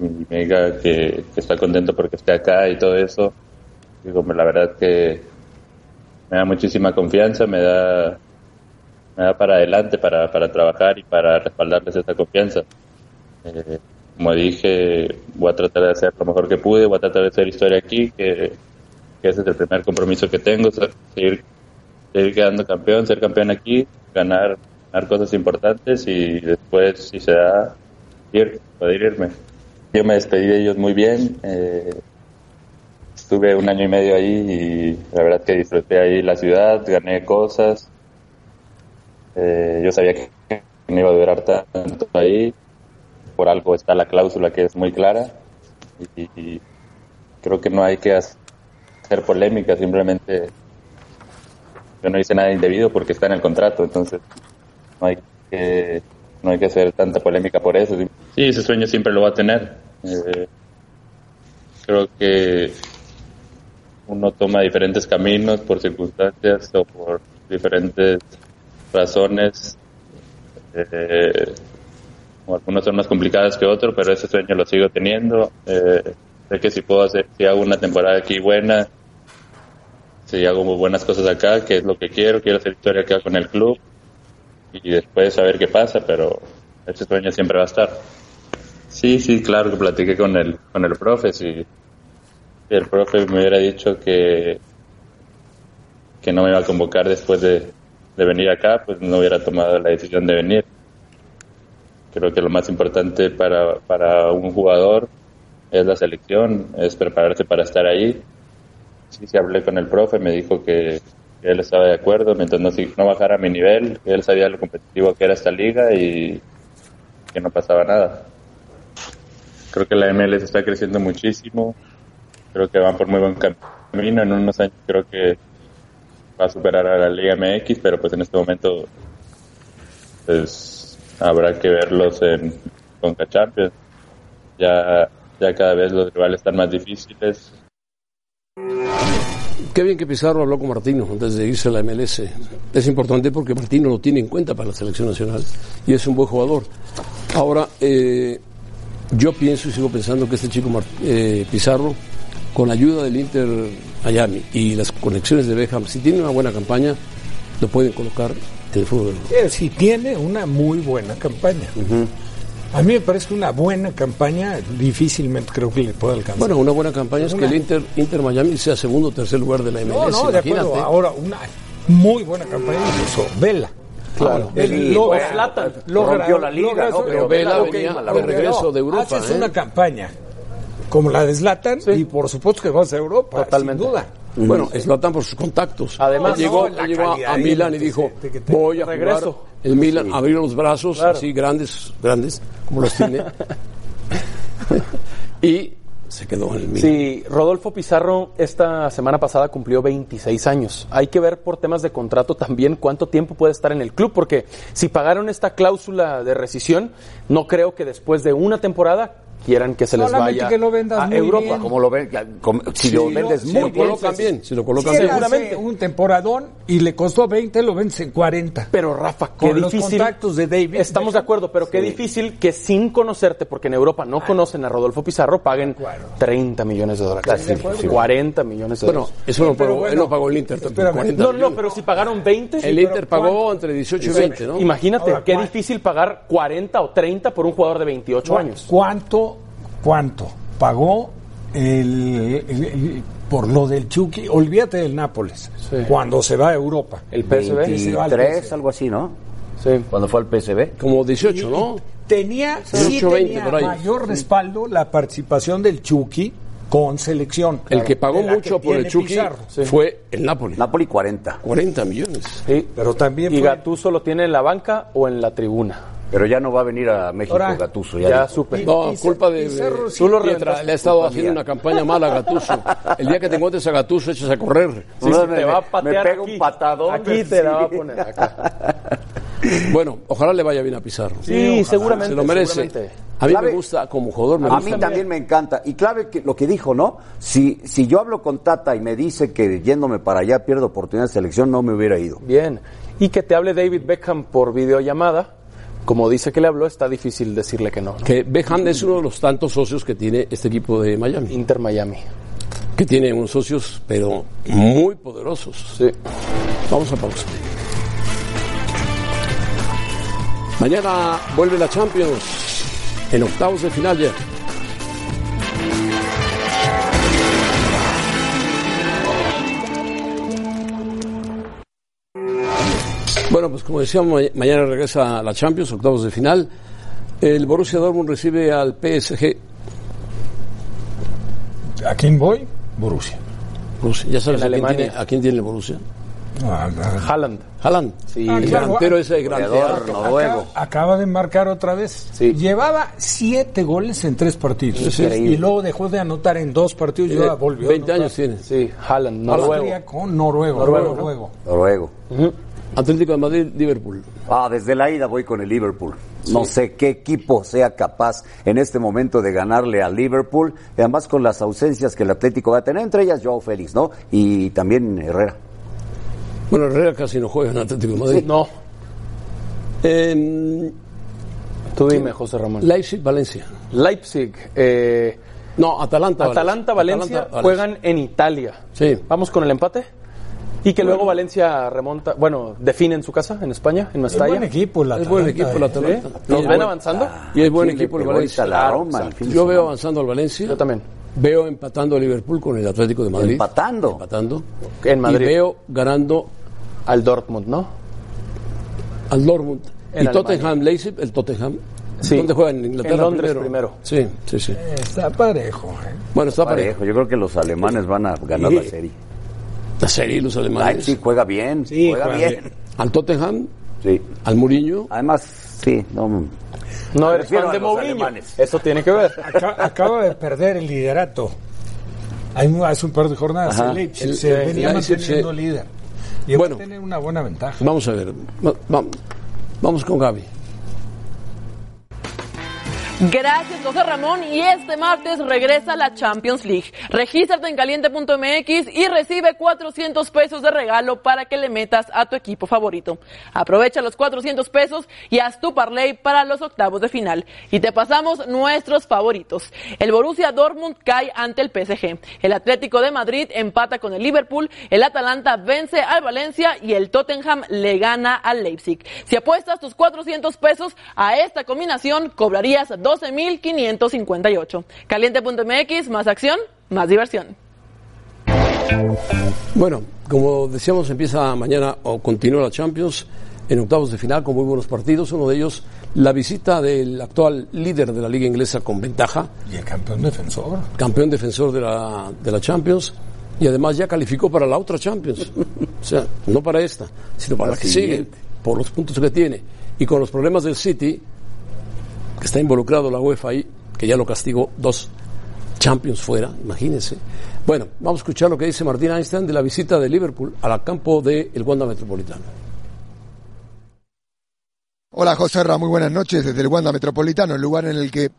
Speaker 11: y me diga que, que está contento porque esté acá y todo eso. Digo, pues, la verdad que me da muchísima confianza, me da, me da para adelante, para, para trabajar y para respaldarles esta confianza. Eh, como dije, voy a tratar de hacer lo mejor que pude, voy a tratar de hacer historia aquí, que, que ese es el primer compromiso que tengo, ser- seguir, seguir quedando campeón, ser campeón aquí, ganar, ganar cosas importantes y después, si se da, ir, poder irme. Yo me despedí de ellos muy bien, eh, estuve un año y medio ahí y la verdad que disfruté ahí la ciudad, gané cosas, Eh, yo sabía que no iba a durar tanto ahí, por algo está la cláusula que es muy clara y, y creo que no hay que hacer polémica, simplemente yo no hice nada indebido porque está en el contrato, entonces no hay que no hay que hacer tanta polémica por eso. Sí, ese sueño siempre lo va a tener. Eh, creo que uno toma diferentes caminos por circunstancias o por diferentes razones. Eh, o algunos son más complicadas que otros, pero ese sueño lo sigo teniendo. Eh, sé que si puedo hacer, si hago una temporada aquí buena, si hago muy buenas cosas acá, que es lo que quiero, quiero hacer historia acá con el club y después a ver qué pasa, pero ese sueño siempre va a estar. Sí, sí, claro que platiqué con el, con el profe, si si el profe me hubiera dicho que, que que no me iba a convocar después de, de venir acá, pues no hubiera tomado la decisión de venir. Creo que lo más importante para, para un jugador es la selección, es prepararse para estar ahí. Sí, sí hablé con el profe, me dijo que, que él estaba de acuerdo, mientras no, si- no bajara mi nivel, que él sabía lo competitivo que era esta liga y que no pasaba nada. Creo que la MLS está creciendo muchísimo, creo que van por muy buen cam- camino, en unos años creo que va a superar a la Liga MX, pero pues en este momento pues habrá que verlos en Conca Champions. Ya, ya cada vez los rivales están más difíciles,
Speaker 5: Qué bien que Pizarro habló con Martino antes de irse a la MLS. Es importante porque Martino lo tiene en cuenta para la selección nacional y es un buen jugador. Ahora, eh, yo pienso y sigo pensando que este chico Mar- eh, Pizarro, con la ayuda del Inter Miami y las conexiones de Beckham, si tiene una buena campaña, lo pueden colocar en el fútbol.
Speaker 6: Eh, Sí, tiene una muy buena campaña. A mí me parece que una buena campaña difícilmente creo que le pueda alcanzar.
Speaker 5: Bueno, una buena campaña es que el Inter, Inter Miami sea segundo o tercer lugar de la MLS.
Speaker 6: No, no, de acuerdo.
Speaker 5: imagínate.
Speaker 6: Ahora, una muy buena campaña incluso. Vela.
Speaker 5: Claro.
Speaker 6: El,
Speaker 5: Sí,
Speaker 6: lo,
Speaker 5: bueno,
Speaker 6: Zlatan,
Speaker 5: rompió
Speaker 6: logra-
Speaker 5: la liga,
Speaker 6: logra-
Speaker 5: ¿no? Pero Vela
Speaker 6: ok,
Speaker 5: venía
Speaker 6: pero
Speaker 5: de regreso
Speaker 6: no,
Speaker 5: de Europa,
Speaker 6: Haces
Speaker 5: ¿eh?
Speaker 6: una campaña como la de Zlatan y por supuesto que vas a Europa, sin duda.
Speaker 5: Bueno, Zlatan por sus contactos.
Speaker 6: Además,
Speaker 5: Él llegó,
Speaker 6: no, la
Speaker 5: él llegó a-
Speaker 6: calidad
Speaker 5: a
Speaker 6: y
Speaker 5: Milán y
Speaker 6: lo que
Speaker 5: dijo,
Speaker 6: se- que te-
Speaker 5: voy a
Speaker 6: Regreso.
Speaker 5: regreso. El Milán abrió los brazos, así grandes, grandes, como los tiene. y se quedó en el Milán.
Speaker 8: Sí, Rodolfo Pizarro esta semana pasada cumplió 26 años. Hay que ver por temas de contrato también cuánto tiempo puede estar en el club, porque si pagaron esta cláusula de rescisión, no creo que después de una temporada quieran que se les
Speaker 6: Solamente
Speaker 8: vaya
Speaker 6: que lo vendas
Speaker 8: a
Speaker 6: muy
Speaker 8: Europa.
Speaker 6: bien.
Speaker 8: Como lo ven,
Speaker 7: si lo vendes
Speaker 8: si
Speaker 7: muy
Speaker 8: lo
Speaker 7: bien,
Speaker 8: colocan
Speaker 7: sí,
Speaker 8: bien, si lo colocan
Speaker 6: Si él
Speaker 8: bien.
Speaker 6: hace un temporadón y le costó 20, lo vendes en 40.
Speaker 8: Pero Rafa,
Speaker 6: con
Speaker 8: qué
Speaker 6: los
Speaker 8: difícil.
Speaker 6: contactos de David.
Speaker 8: Estamos de acuerdo, pero qué difícil que sin conocerte, porque en Europa no conocen a Rodolfo Pizarro, paguen 30 millones de dólares.
Speaker 5: Estoy de acuerdo.
Speaker 8: 40 millones de
Speaker 5: Bueno,
Speaker 8: dólares.
Speaker 5: eso no pagó, él no pagó el Inter. tampoco, 40
Speaker 8: No,
Speaker 5: millones.
Speaker 8: no, pero si pagaron 20.
Speaker 5: El Inter pagó entre 18 y 20, ¿no?
Speaker 8: Imagínate,
Speaker 5: Ahora,
Speaker 8: qué
Speaker 5: ¿cuál?
Speaker 8: difícil pagar 40 o 30 por un jugador de 28
Speaker 6: ¿Cu-
Speaker 8: años.
Speaker 6: ¿Cuánto, cuánto pagó el, el- el- por lo del Chucky? Olvídate del Nápoles. Cuando se va a Europa. El
Speaker 12: tres, algo así, ¿no?
Speaker 8: Sí.
Speaker 12: Cuando fue al PSV.
Speaker 5: Como 18, ¿no?
Speaker 6: Tenía, sí
Speaker 5: 18, 20,
Speaker 6: tenía
Speaker 5: por ahí.
Speaker 6: mayor respaldo la participación del Chucky con selección.
Speaker 5: El que pagó
Speaker 6: De la
Speaker 5: mucho
Speaker 6: que
Speaker 5: por el
Speaker 6: tiene
Speaker 5: Chucky
Speaker 6: Pizarro.
Speaker 5: fue el Napoli.
Speaker 12: Napoli 40.
Speaker 5: 40 millones.
Speaker 8: Sí,
Speaker 6: pero también
Speaker 8: y Gattuso lo tiene en la banca o en la tribuna.
Speaker 12: Pero ya no va a venir a México
Speaker 8: Ahora,
Speaker 12: Gatuso.
Speaker 8: ya supe.
Speaker 5: No, culpa de.
Speaker 8: Pizarro sí
Speaker 5: tú lo
Speaker 8: reventaste.
Speaker 5: reventaste. Le ha estado
Speaker 8: Culpa
Speaker 5: haciendo
Speaker 8: mía.
Speaker 5: una campaña mala a Gatuso. El día que te encuentres a Gatuso, echas a correr.
Speaker 8: Sí, sí, te va a patear
Speaker 12: pega un
Speaker 8: aquí.
Speaker 12: patadón,
Speaker 8: Aquí
Speaker 12: sí.
Speaker 8: te la va a poner. Acá.
Speaker 5: Bueno, ojalá le vaya bien a Pizarro.
Speaker 8: Sí,
Speaker 5: Ojalá.
Speaker 8: seguramente,
Speaker 5: Se lo merece.
Speaker 12: seguramente.
Speaker 5: A mí
Speaker 7: Clave-
Speaker 5: me gusta como jugador. Me
Speaker 7: a
Speaker 5: gusta
Speaker 7: mí también me encanta. Y clave que, lo que dijo, ¿no? Si, si yo hablo con Tata y me dice que yéndome para allá pierdo oportunidad de selección, no me hubiera ido.
Speaker 8: Bien. Y que te hable David Beckham por videollamada. Como dice que le habló, está difícil decirle que no. ¿no?
Speaker 5: Que Beckham es uno de los tantos socios que tiene este equipo de Miami.
Speaker 8: Inter Miami.
Speaker 5: Que tiene unos socios, pero muy poderosos.
Speaker 8: Sí.
Speaker 5: Vamos a pausa. Mañana vuelve la Champions en octavos de final ya. Bueno, pues como decíamos, ma- mañana regresa la Champions, octavos de final. El Borussia Dortmund recibe al PSG.
Speaker 6: ¿A quién voy? Borussia.
Speaker 5: Borussia, ya sabes
Speaker 6: En
Speaker 5: a quién,
Speaker 6: Alemania.
Speaker 5: tiene, a quién tiene el Borussia.
Speaker 6: Ah, ah.
Speaker 8: Haaland.
Speaker 5: Haaland.
Speaker 6: Ah,
Speaker 5: el
Speaker 6: claro.
Speaker 5: delantero ese gran
Speaker 6: Goleador
Speaker 5: teatro.
Speaker 6: Acaba, acaba de marcar otra vez. Llevaba siete goles en tres partidos.
Speaker 5: Increíble.
Speaker 6: Y luego dejó de anotar en dos partidos y
Speaker 5: Eh,
Speaker 6: ahora volvió.
Speaker 5: 20 años tiene.
Speaker 8: Sí, Haaland,
Speaker 6: Noruego. Con Noruego.
Speaker 5: Noruego,
Speaker 6: Noruego.
Speaker 7: Noruego.
Speaker 5: Atlético de Madrid, Liverpool.
Speaker 7: Ah, desde la ida voy con el Liverpool. No sé qué equipo sea capaz en este momento de ganarle a Liverpool, y además con las ausencias que el Atlético va a tener, entre ellas Joao Félix, ¿no? Y también Herrera.
Speaker 5: Bueno, Herrera casi no juega en Atlético de Madrid. Em,
Speaker 8: No. Tú dime, José Ramón.
Speaker 5: Leipzig, Valencia.
Speaker 8: Leipzig. eh,
Speaker 5: No, Atalanta.
Speaker 8: Atalanta, Valencia
Speaker 5: Atalanta,
Speaker 8: juegan en Italia.
Speaker 5: Sí.
Speaker 8: Vamos con el empate. Y que luego Valencia remonta, bueno, define en su casa, en España, en Mestalla.
Speaker 6: Es buen equipo el
Speaker 5: Es buen
Speaker 6: Atalanta,
Speaker 5: equipo el
Speaker 6: ¿eh? ah.
Speaker 5: Atalanta.
Speaker 8: ¿Sí?
Speaker 5: Y
Speaker 8: ¿Nos
Speaker 5: es
Speaker 8: ven
Speaker 5: buen-
Speaker 8: avanzando?
Speaker 5: Y es buen
Speaker 8: ¿Quién le
Speaker 5: equipo el
Speaker 8: pegó
Speaker 5: Valencia.
Speaker 8: ahorita a la Roma el
Speaker 5: Yo veo avanzando al Valencia. Yo
Speaker 8: también.
Speaker 5: Veo empatando a Liverpool con el Atlético de Madrid.
Speaker 12: Empatando.
Speaker 5: Empatando.
Speaker 8: En Madrid.
Speaker 5: Y veo ganando
Speaker 8: al Dortmund, ¿no?
Speaker 5: Al Dortmund.
Speaker 8: En
Speaker 5: y
Speaker 8: Alemania.
Speaker 5: Tottenham, Leipzig, el Tottenham.
Speaker 8: Sí.
Speaker 5: ¿Dónde juegan? En Inglaterra.
Speaker 8: En Londres primero.
Speaker 5: Sí, sí, sí.
Speaker 6: Eh, Está parejo. ¿eh?
Speaker 5: Bueno, está parejo.
Speaker 12: Yo creo que los alemanes van a ganar la serie.
Speaker 5: La serie, los alemanes.
Speaker 12: Leipzig juega bien. juega, bien.
Speaker 5: Al Tottenham,
Speaker 12: Sí.
Speaker 5: al Muriño.
Speaker 12: Además, sí, no.
Speaker 8: No
Speaker 12: Me
Speaker 8: eres
Speaker 12: refiero
Speaker 8: fan
Speaker 12: a
Speaker 8: de
Speaker 12: los
Speaker 8: Mourinho.
Speaker 12: alemanes.
Speaker 8: Eso tiene que ver.
Speaker 6: Aca- acaba de perder el liderato. Hay un- hace un par de jornadas.
Speaker 5: Ajá.
Speaker 6: el Leipzig
Speaker 5: El-
Speaker 6: se
Speaker 5: el
Speaker 6: venía
Speaker 5: Leipzig,
Speaker 6: manteniendo
Speaker 5: sí.
Speaker 6: líder. Y
Speaker 5: Bueno.
Speaker 6: bueno, tiene una buena ventaja.
Speaker 5: Vamos a ver. va- va- vamos con Gaby.
Speaker 13: Gracias, José Ramón. Y este martes regresa la Champions League. Regístrate en caliente.mx y recibe 400 pesos de regalo para que le metas a tu equipo favorito. Aprovecha los 400 pesos y haz tu parlay para los octavos de final. Y te pasamos nuestros favoritos. El Borussia Dortmund cae ante el PSG. El Atlético de Madrid empata con el Liverpool. El Atalanta vence al Valencia y el Tottenham le gana al Leipzig. Si apuestas tus 400 pesos a esta combinación, cobrarías 12.558. Caliente.mx, más acción, más diversión.
Speaker 5: Bueno, como decíamos, empieza mañana o continúa la Champions en octavos de final con muy buenos partidos. Uno de ellos, la visita del actual líder de la liga inglesa con ventaja,
Speaker 6: Y el campeón defensor.
Speaker 5: campeón defensor de la, de la Champions. Y además ya calificó para la otra Champions. O sea, no para esta, sino para la que sigue, por los puntos que tiene. Y con los problemas del City, que está involucrado la UEFA ahí, que ya lo castigó dos Champions fuera, imagínense. Bueno, vamos a escuchar lo que dice Martín Einstein de la visita de Liverpool al campo del el Wanda Metropolitano.
Speaker 14: Hola José Ra, muy buenas noches desde el Wanda Metropolitano, el lugar en el que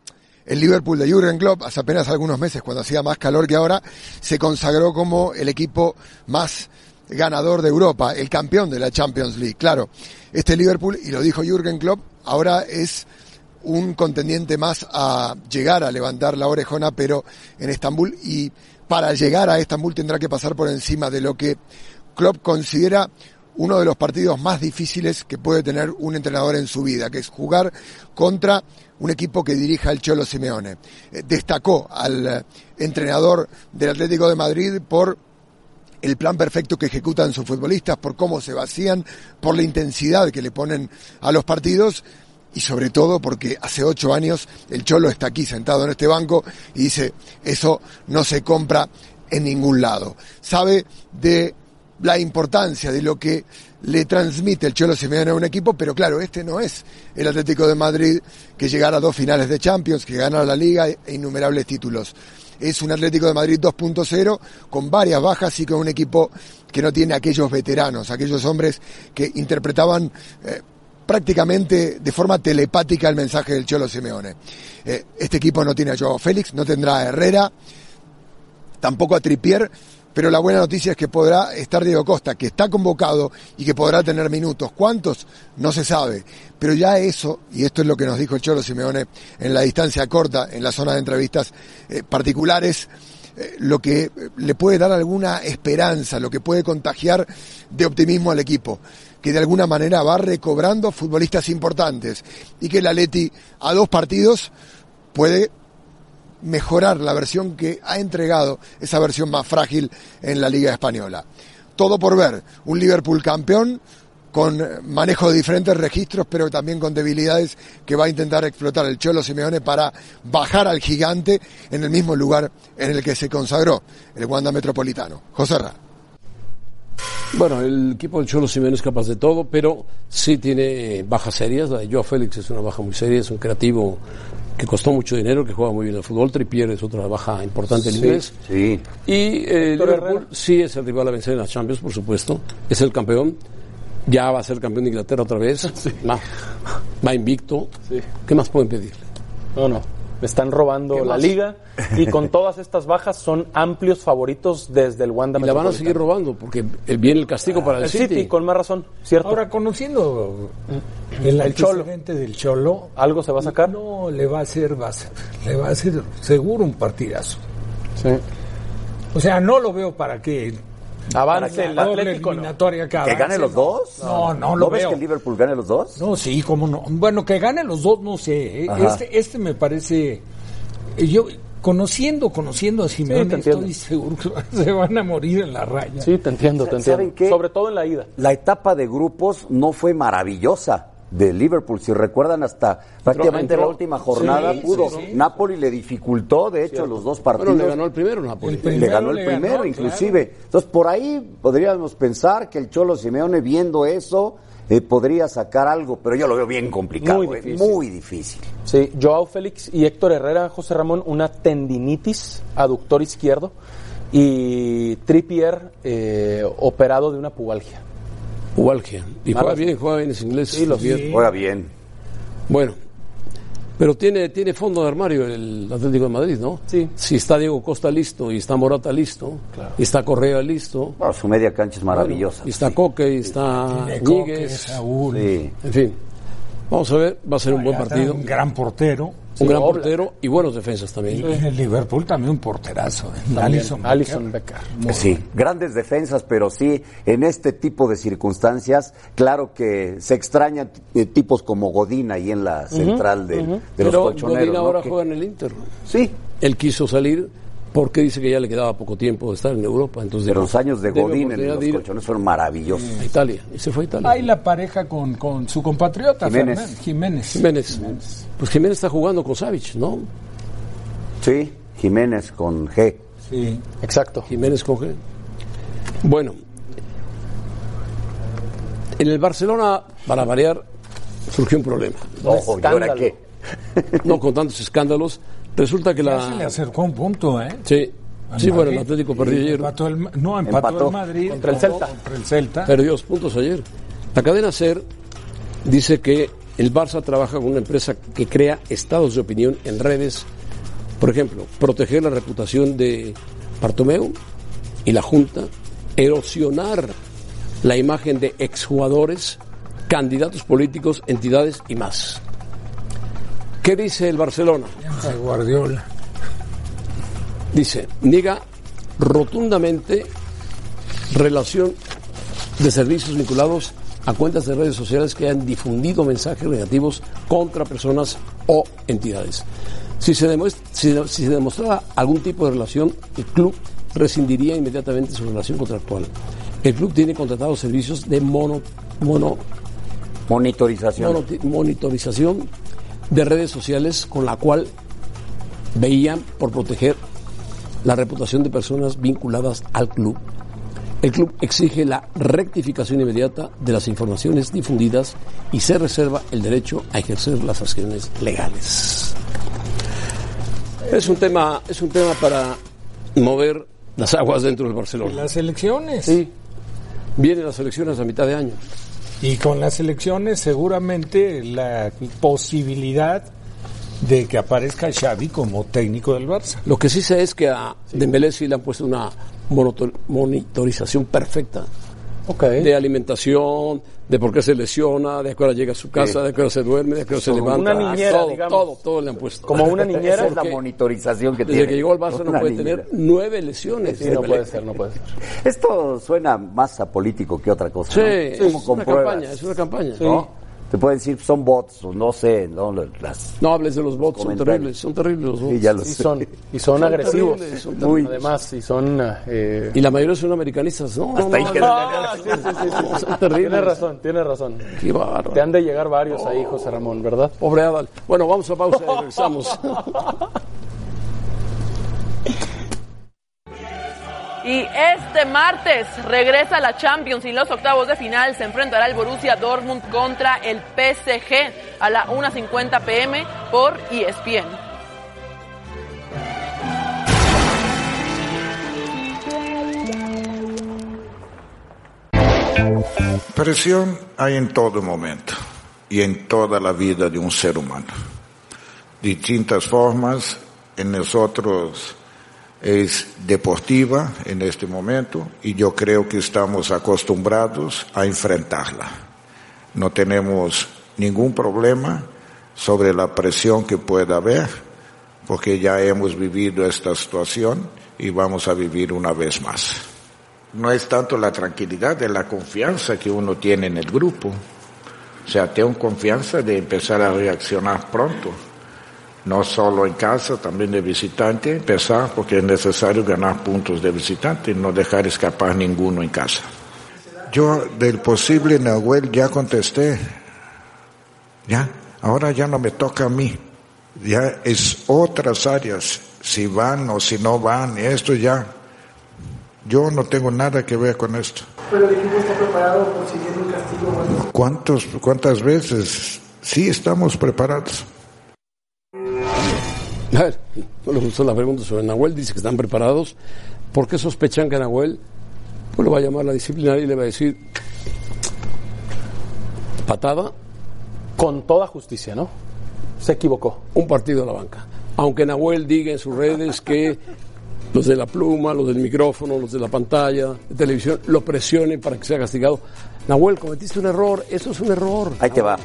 Speaker 14: el Liverpool de Jürgen Klopp hace apenas algunos meses, cuando hacía más calor que ahora, se consagró como el equipo más ganador de Europa, el campeón de la Champions League. Claro, este Liverpool, y lo dijo Jürgen Klopp, ahora es un contendiente más a llegar a levantar la orejona, pero en Estambul. Y para llegar a Estambul tendrá que pasar por encima de lo que Klopp considera uno de los partidos más difíciles que puede tener un entrenador en su vida, que es jugar contra un equipo que dirija el Cholo Simeone. Eh, Destacó al eh, entrenador del Atlético de Madrid por el plan perfecto que ejecutan sus futbolistas, por cómo se vacían, por la intensidad que le ponen a los partidos y sobre todo porque hace ocho años el Cholo está aquí sentado en este banco y dice, eso no se compra en ningún lado. Sabe de la importancia de lo que le transmite el Cholo Simeone a un equipo, pero claro, este no es el Atlético de Madrid que llegara a dos finales de Champions, que ganara la Liga e innumerables títulos es un Atlético de Madrid 2.0 con varias bajas y con un equipo que no tiene aquellos veteranos, aquellos hombres que interpretaban eh, prácticamente de forma telepática el mensaje del Cholo Simeone. Eh, este equipo no tiene a Joao Félix, no tendrá a Herrera, tampoco a Tripier, pero la buena noticia es que podrá estar Diego Costa, que está convocado y que podrá tener minutos. ¿Cuántos? No se sabe. Pero ya eso, y esto es lo que nos dijo el Cholo Simeone en la distancia corta, en la zona de entrevistas eh, particulares, eh, lo que eh, le puede dar alguna esperanza, lo que puede contagiar de optimismo al equipo, que de alguna manera va recobrando futbolistas importantes y que el Atleti a dos partidos puede mejorar la versión que ha entregado, esa versión más frágil en la Liga Española. Todo por ver, un Liverpool campeón con manejo de diferentes registros, pero también con debilidades que va a intentar explotar el Cholo Simeone para bajar al gigante en el mismo lugar en el que se consagró, el Wanda Metropolitano. José Ra.
Speaker 5: Bueno, el equipo del Cholo Simeone es capaz de todo, pero sí tiene eh, bajas serias. La de Joao Félix es una baja muy seria, es un creativo que costó mucho dinero, que juega muy bien al fútbol. Tripier es otra baja importante en
Speaker 12: Sí,
Speaker 5: inglés.
Speaker 12: sí.
Speaker 5: Y eh, Liverpool sí es el rival a vencer en la Champions, por supuesto. Es el campeón. Ya va a ser campeón de Inglaterra otra vez. Va, va invicto. ¿Qué más pueden pedirle?
Speaker 8: No, no. Me están robando
Speaker 5: ¿Qué
Speaker 8: la
Speaker 5: más?
Speaker 8: liga y con todas estas bajas son amplios favoritos desde el Wanda
Speaker 5: Y la van a seguir
Speaker 8: Metropolitano. Ah,
Speaker 5: robando porque eh, viene el castigo para el,
Speaker 8: El City, con más razón, ¿cierto?
Speaker 6: Ahora, conociendo el,
Speaker 8: El Cholo.
Speaker 6: antecedente del Cholo.
Speaker 8: ¿Algo se va a sacar?
Speaker 6: No, le va a hacer, va a ser- le va a hacer seguro un partidazo. O sea, no lo veo para que
Speaker 8: Avance
Speaker 6: para que
Speaker 8: el
Speaker 6: la doble
Speaker 8: Atlético, no.
Speaker 6: eliminatoria que
Speaker 12: ¿Que
Speaker 6: avance,
Speaker 12: gane los
Speaker 6: no.
Speaker 12: dos?
Speaker 6: No, no, lo
Speaker 12: ¿No ves
Speaker 6: veo.
Speaker 12: que el Liverpool gane los dos?
Speaker 6: No, sí, cómo no. Bueno, que gane los dos, no sé. ¿eh?
Speaker 12: Ajá.
Speaker 6: Este, este me parece. eh, Yo, Conociendo, conociendo a Simeone,
Speaker 8: te entiendo.
Speaker 6: estoy seguro que se van a morir en la raya.
Speaker 8: Sí, te entiendo, te
Speaker 7: ¿Saben
Speaker 8: entiendo.
Speaker 7: qué?
Speaker 8: Sobre todo en la ida.
Speaker 7: La etapa de grupos no fue maravillosa de Liverpool. Si recuerdan, hasta prácticamente
Speaker 5: entró.
Speaker 7: la última jornada
Speaker 5: Sí,
Speaker 7: pudo.
Speaker 5: sí, sí.
Speaker 7: Napoli le dificultó, de hecho,
Speaker 5: Cierto.
Speaker 7: los dos
Speaker 5: Bueno,
Speaker 7: partidos.
Speaker 5: le ganó el primero Napoli.
Speaker 7: le ganó el primero, inclusive. Entonces, por ahí podríamos pensar que el Cholo Simeone, viendo eso, eh, podría sacar algo, pero yo lo veo bien complicado.
Speaker 8: Muy
Speaker 7: eh,
Speaker 8: difícil.
Speaker 7: muy difícil.
Speaker 8: Sí, Joao Félix y Héctor Herrera, José Ramón, una tendinitis aductor izquierdo y Trippier eh, operado de una pubalgia.
Speaker 5: Pubalgia. Y
Speaker 8: Malas-
Speaker 5: juega bien, juega bien es inglés.
Speaker 8: Sí, lo
Speaker 5: bien.
Speaker 8: sí.
Speaker 7: Juega bien.
Speaker 5: Bueno, pero tiene, tiene fondo de armario el Atlético de Madrid, ¿no? Sí. Si está Diego Costa listo, y está Morata listo, y está Correa listo.
Speaker 7: Bueno, su media cancha es maravillosa.
Speaker 5: Bueno, y está Coque, y está
Speaker 6: Tiene Coque,
Speaker 5: Níguez.
Speaker 6: Saúl.
Speaker 7: Sí.
Speaker 5: En fin, vamos a ver, va a ser un buen
Speaker 6: Está
Speaker 5: partido.
Speaker 6: Un gran portero.
Speaker 5: Un gran portero y buenos defensas también.
Speaker 6: Y el Liverpool también un porterazo. ¿eh? Alisson Becker.
Speaker 7: Sí, grandes defensas, pero sí, en este tipo de circunstancias, claro que se extrañan eh, tipos como Godín ahí en la central de,
Speaker 5: Ujú.
Speaker 7: de los
Speaker 5: Pero
Speaker 7: colchoneros.
Speaker 5: Godín
Speaker 7: ¿no?
Speaker 5: ahora
Speaker 7: Que-
Speaker 5: juega en el Inter.
Speaker 7: Sí.
Speaker 5: Él quiso salir porque dice que ya le quedaba poco tiempo de estar en Europa. Entonces
Speaker 7: Pero los años de
Speaker 5: Debe
Speaker 7: Godín en
Speaker 5: oportunidad
Speaker 7: los
Speaker 5: de ir
Speaker 7: colchones fueron maravillosos.
Speaker 5: a Italia. Y se fue a Italia.
Speaker 6: Hay la pareja con, con su compatriota,
Speaker 5: Jiménez.
Speaker 6: Fernández. Jiménez.
Speaker 5: Jiménez. Pues Jiménez está jugando con Savic, ¿no?
Speaker 7: Sí, Jiménez con G.
Speaker 6: Sí.
Speaker 8: Exacto.
Speaker 5: Jiménez con G. Bueno. En el Barcelona, para variar, surgió un problema.
Speaker 7: Ojo, ¿y ahora qué?
Speaker 5: No, con tantos escándalos. Resulta que
Speaker 6: Ya se le
Speaker 5: la...
Speaker 6: acercó un punto, ¿eh?
Speaker 5: Sí,
Speaker 6: Al
Speaker 5: sí bueno, el
Speaker 6: Madrid.
Speaker 5: Atlético perdió
Speaker 6: Y
Speaker 5: ayer.
Speaker 6: empató el Ma- no, empató,
Speaker 5: Empató.
Speaker 6: el Madrid.
Speaker 5: Contra el Celta.
Speaker 6: Contra el Celta.
Speaker 5: Perdió dos puntos ayer. La cadena SER dice que el Barça trabaja con una empresa que crea estados de opinión en redes. Por ejemplo, proteger la reputación de Bartomeu y la Junta, erosionar la imagen de exjugadores, candidatos políticos, entidades y más. ¿Qué dice el Barcelona?
Speaker 6: Contra Guardiola.
Speaker 5: Dice, niega rotundamente relación de servicios vinculados a cuentas de redes sociales que hayan difundido mensajes negativos contra personas o entidades. Si se, demuest- si, si se demostrara algún tipo de relación, el club rescindiría inmediatamente su relación contractual. El club tiene contratados servicios de mono, mono,
Speaker 7: Monitorización.
Speaker 5: monoti- monitorización de redes sociales con la cual veían por proteger la reputación de personas vinculadas al club. El club exige la rectificación inmediata de las informaciones difundidas y se reserva el derecho a ejercer las acciones legales. Es un tema, es un tema para mover las aguas dentro del Barcelona.
Speaker 6: Las elecciones.
Speaker 5: Sí. Vienen las elecciones a mitad de año.
Speaker 6: Y con las elecciones seguramente la posibilidad de que aparezca Xavi como técnico del Barça.
Speaker 5: Lo que sí sé es que a Dembélé sí le han puesto una monotor- monitorización perfecta.
Speaker 7: ¿eh?
Speaker 5: De alimentación, de por qué se lesiona, de a qué hora llega a su casa,
Speaker 7: Sí.
Speaker 5: de a qué hora se duerme, de a qué hora se
Speaker 7: Como
Speaker 5: levanta. Ah,
Speaker 7: una niñera,
Speaker 5: todo,
Speaker 7: digamos.
Speaker 5: todo, todo le han puesto.
Speaker 7: Esa es la
Speaker 5: Porque
Speaker 7: monitorización que
Speaker 5: Desde
Speaker 7: tiene.
Speaker 5: que llegó al Barça no
Speaker 7: Una
Speaker 5: puede
Speaker 7: niñera.
Speaker 5: tener nueve lesiones.
Speaker 7: Sí, no
Speaker 5: Dembélé.
Speaker 7: puede ser, no puede Esto suena más a político que otra cosa.
Speaker 5: Sí,
Speaker 7: ¿no?
Speaker 5: es
Speaker 7: Como
Speaker 5: una
Speaker 7: con pruebas,
Speaker 5: campaña, es una campaña.
Speaker 7: ¿no? Te pueden decir, son bots, o no sé, no las...
Speaker 5: No hables de los bots, son
Speaker 7: Comentarios.
Speaker 5: terribles, son terribles los bots.
Speaker 7: Sí, ya lo
Speaker 8: Y
Speaker 7: sé.
Speaker 8: son, y son,
Speaker 5: Son
Speaker 8: agresivos.
Speaker 5: terribles, son
Speaker 8: Muy.
Speaker 5: terribles.
Speaker 8: Además, y son. eh,
Speaker 5: Y la mayoría son americanistas, ¿no?
Speaker 8: Hasta
Speaker 5: no,
Speaker 8: ahí
Speaker 5: no,
Speaker 8: queda.
Speaker 5: no,
Speaker 8: sí, sí, sí, sí.
Speaker 5: Son terribles.
Speaker 8: Tienes razón, tienes razón.
Speaker 5: Qué bárbaro.
Speaker 8: Te han de llegar varios ahí, José Ramón, ¿verdad?
Speaker 5: Pobre Adal. Bueno, vamos a pausa y regresamos.
Speaker 13: Y este martes regresa la Champions y los octavos de final se enfrentará el Borussia Dortmund contra el PSG a la 1.50 pm por E ESPN.
Speaker 15: Presión hay en todo momento y en toda la vida de un ser humano. Distintas formas, en nosotros es deportiva en este momento y yo creo que estamos acostumbrados a enfrentarla. No tenemos ningún problema sobre la presión que pueda haber porque ya hemos vivido esta situación y vamos a vivir una vez más no es tanto la tranquilidad, es la confianza que uno tiene en el grupo. O sea, tengo confianza de empezar a reaccionar pronto. no solo en casa, también de visitante, empezar porque es necesario ganar puntos de visitante y no dejar escapar ninguno en casa.
Speaker 16: Yo del posible Nahuel ya contesté.
Speaker 15: ¿Ya?
Speaker 16: Ahora ya no me toca a mí. Ya es otras áreas, si van o si no van, esto ya. Yo no tengo nada que ver con esto.
Speaker 17: Pero el equipo está preparado por si viene un castigo más
Speaker 16: ¿Cuántos, ¿Cuántas veces sí estamos preparados?
Speaker 5: A ver, no les gustó la pregunta sobre Nahuel, dice que están preparados. ¿Por qué sospechan que Nahuel pues, lo va a llamar la disciplina y le va a decir patada?
Speaker 8: Con toda justicia, ¿no? Se equivocó.
Speaker 5: Un partido a la banca. Aunque Nahuel diga en sus redes que los de la pluma, los del micrófono, los de la pantalla, de televisión, lo presionen para que sea castigado. Nahuel, cometiste un error, eso es un error.
Speaker 7: Ahí te va.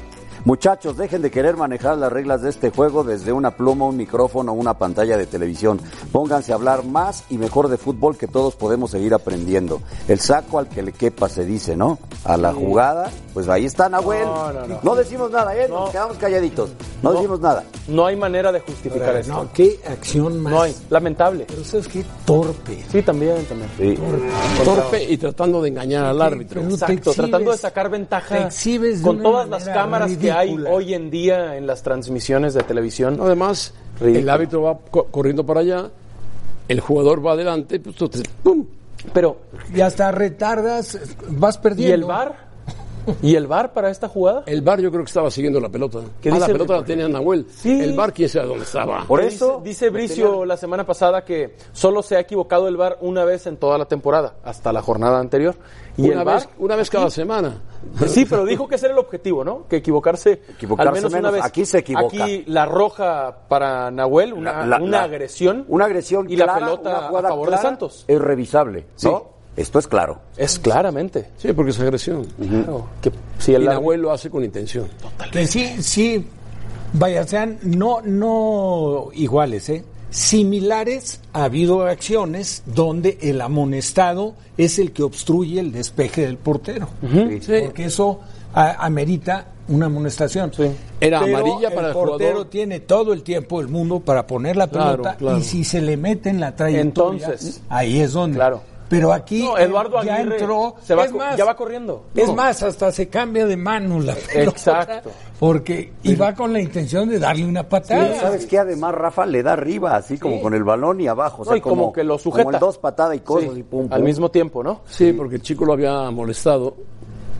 Speaker 7: Muchachos, dejen de querer manejar las reglas de este juego desde una pluma, un micrófono, una pantalla de televisión. Pónganse a hablar más y mejor de fútbol que todos podemos seguir aprendiendo. El saco al que le quepa se dice, ¿no? A la jugada, pues ahí está Nahuel.
Speaker 8: No,
Speaker 7: No,
Speaker 8: no, no.
Speaker 7: decimos nada, ¿eh? Nos quedamos calladitos. No, decimos nada.
Speaker 8: No hay manera de justificar
Speaker 7: Ahora,
Speaker 8: esto.
Speaker 7: no,
Speaker 6: ¿qué acción más?
Speaker 8: No hay, lamentable.
Speaker 6: Pero sabes qué torpe.
Speaker 8: Sí, también, también.
Speaker 5: Torpe y tratando de engañar al árbitro.
Speaker 8: Exacto, tratando de sacar ventaja
Speaker 5: te exhibes de
Speaker 8: con
Speaker 5: una
Speaker 8: todas las
Speaker 5: manera
Speaker 8: cámaras que hay hoy en día en las transmisiones de televisión.
Speaker 5: Además, el árbitro va co- corriendo para allá, el jugador va adelante, pues tú te- ¡pum!
Speaker 8: Pero
Speaker 6: Y hasta retardas, vas perdiendo.
Speaker 8: ¿Y el VAR? ¿Y el VAR para esta jugada?
Speaker 5: El VAR yo creo que estaba siguiendo la pelota.
Speaker 8: ¿Qué
Speaker 5: Ah,
Speaker 8: dice
Speaker 5: la
Speaker 8: el
Speaker 5: pelota la
Speaker 8: reportaje?
Speaker 5: tenía Nahuel. El VAR quién sabe dónde estaba.
Speaker 8: Dice- Dice, Bricio la semana pasada que solo se ha equivocado el VAR una vez en toda la temporada, hasta la jornada anterior. Y
Speaker 5: Una
Speaker 8: el VAR,
Speaker 5: vez- una vez cada semana.
Speaker 8: Sí, pero dijo que ese era el objetivo, ¿no? Que equivocarse,
Speaker 7: Equivocarse
Speaker 8: al menos, una
Speaker 7: menos.
Speaker 8: vez.
Speaker 7: Aquí se equivoca.
Speaker 8: Aquí la roja para Nahuel, una,
Speaker 7: la-
Speaker 8: una
Speaker 7: la-
Speaker 8: agresión.
Speaker 7: Una agresión
Speaker 8: Y
Speaker 7: clara,
Speaker 8: la pelota
Speaker 7: una
Speaker 8: a
Speaker 7: jugada
Speaker 8: favor
Speaker 7: clara,
Speaker 8: de Santos.
Speaker 7: Es revisable, ¿no? Esto es claro.
Speaker 8: Es claramente.
Speaker 5: Sí, porque es agresión.
Speaker 8: Claro, que si el
Speaker 5: y
Speaker 8: árbitro-
Speaker 5: Nahuel lo hace con intención.
Speaker 6: Que sí, sí, vaya, sean no, no iguales, ¿eh? Similares ha habido acciones donde el amonestado es el que obstruye el despeje del portero. Porque eso a- amerita una amonestación.
Speaker 5: Era
Speaker 6: Pero
Speaker 5: amarilla para el
Speaker 6: portero
Speaker 5: jugador.
Speaker 6: tiene todo el tiempo del mundo para poner la
Speaker 5: Claro,
Speaker 6: pelota
Speaker 5: claro.
Speaker 6: y si se le mete en la trayectoria,
Speaker 8: Entonces.
Speaker 6: ahí es donde. Pero aquí
Speaker 8: No, Eduardo
Speaker 6: ya
Speaker 8: Aguirre
Speaker 6: entró,
Speaker 8: se va
Speaker 6: es
Speaker 8: co-
Speaker 6: más,
Speaker 8: ya va corriendo.
Speaker 6: Es
Speaker 8: No.
Speaker 6: más, hasta se cambia de mano la pelota.
Speaker 8: Exacto.
Speaker 6: Porque y va con la intención de darle una patada.
Speaker 7: Sí, ¿Sabes qué? Además, Rafa le da arriba, así como con el balón y abajo. O sea,
Speaker 6: No, y como que lo sujeta.
Speaker 7: Como en dos patadas y cosas y pum, pum.
Speaker 8: tiempo, ¿no?
Speaker 5: Sí, porque el chico lo había molestado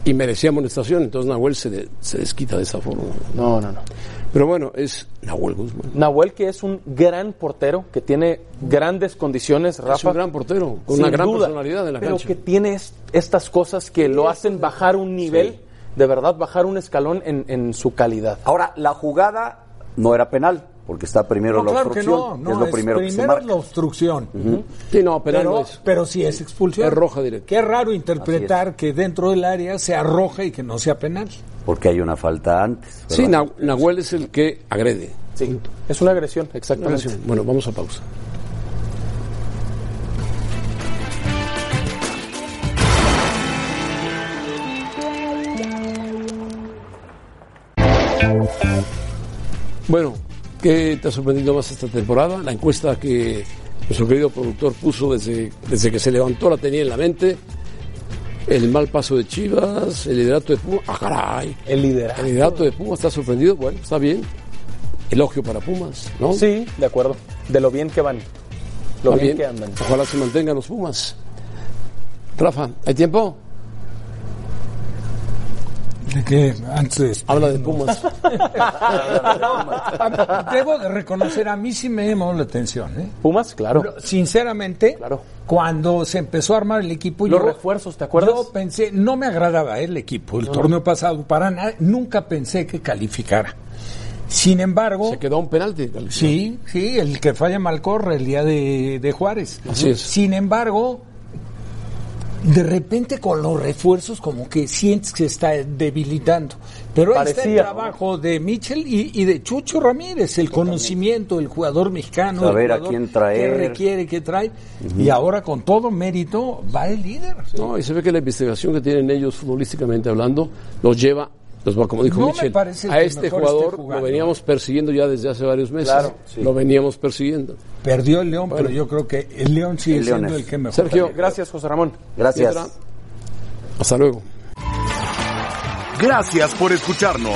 Speaker 5: y merecía amonestación, entonces Nahuel se, de- se desquita de esa forma.
Speaker 8: No, no, no.
Speaker 5: Pero bueno, es Nahuel Guzmán.
Speaker 8: Nahuel, que es un gran portero, que tiene grandes condiciones, Rafa.
Speaker 5: un gran portero, con una gran personalidad en la
Speaker 8: pero
Speaker 5: cancha.
Speaker 8: que tiene es- estas cosas que lo hacen bajar un nivel, de verdad, bajar un escalón en, en su calidad.
Speaker 7: Ahora, la jugada no era penal, porque está primero
Speaker 6: No,
Speaker 7: la
Speaker 6: claro que
Speaker 7: obstrucción.
Speaker 6: no, no,
Speaker 7: es lo
Speaker 6: es
Speaker 7: primero, que se
Speaker 6: primero
Speaker 7: marca.
Speaker 6: la obstrucción.
Speaker 5: Sí, no, penal
Speaker 6: pero,
Speaker 5: no es.
Speaker 6: pero sí es expulsión.
Speaker 5: Es roja directa.
Speaker 6: Qué raro interpretar que dentro del área sea roja y que no sea penal.
Speaker 7: Porque hay una falta antes. ¿verdad?
Speaker 5: Sí, Nah- Nahuel es el que agrede.
Speaker 8: Sí, es una agresión,
Speaker 5: Una
Speaker 8: exactamente.
Speaker 5: agresión. Bueno, vamos a pausa. Bueno, ¿qué te ha sorprendido más esta temporada? La encuesta que nuestro querido productor puso desde, desde que se levantó la tenía en la mente. El mal paso de Chivas, el liderato de Pumas. ¡Ah, caray!
Speaker 8: El liderato.
Speaker 5: El liderato de Pumas está sorprendido. Bueno, está bien. Elogio para Pumas, ¿no?
Speaker 8: Sí, de acuerdo. De lo bien que van. Lo
Speaker 5: Está
Speaker 8: bien,
Speaker 5: bien.
Speaker 8: que andan.
Speaker 5: Ojalá se mantengan los Pumas. Rafa, ¿hay tiempo?
Speaker 6: ¿De qué? Antes.
Speaker 5: Habla de Pumas.
Speaker 6: Debo de reconocer, a mí sí me llamó la atención. ¿eh?
Speaker 8: Pumas, claro.
Speaker 6: Lo- Sinceramente, cuando se empezó a armar el equipo,
Speaker 8: Los refuerzos, ¿te acuerdas?
Speaker 6: Yo pensé, no me agradaba ¿eh? el equipo, el torneo pasado, para nada, nunca pensé que calificara. Sin embargo. Se
Speaker 5: quedó un penalti.
Speaker 6: Sí, sí, el que falla Malcorre el día de, de Juárez.
Speaker 5: Así es.
Speaker 6: Sin embargo, de repente con los refuerzos como que sientes que se está debilitando. Pero ahí está el
Speaker 8: Parecía, ¿no?
Speaker 6: trabajo de Mitchell y, y de Chucho Ramírez, el conocimiento, el jugador mexicano, el
Speaker 7: Saber a
Speaker 6: jugador
Speaker 7: quién traer.
Speaker 6: que requiere, que trae. Y ahora con todo mérito va el líder.
Speaker 5: No, y se ve que la investigación que tienen ellos futbolísticamente hablando los lleva Los, como dijo
Speaker 6: No me
Speaker 5: Michel,
Speaker 6: parece el
Speaker 5: a
Speaker 6: que
Speaker 5: este
Speaker 6: mejor
Speaker 5: jugador
Speaker 6: esté jugando.
Speaker 5: lo veníamos persiguiendo ya desde hace varios meses.
Speaker 6: Claro, sí.
Speaker 5: Lo veníamos persiguiendo.
Speaker 6: Perdió el León,
Speaker 5: Bueno.
Speaker 6: pero yo creo que el León sigue
Speaker 5: El León
Speaker 6: siendo
Speaker 5: es.
Speaker 6: el que mejor.
Speaker 5: Sergio,
Speaker 18: gracias, José Ramón.
Speaker 5: Gracias. Hasta luego.
Speaker 10: Gracias por escucharnos.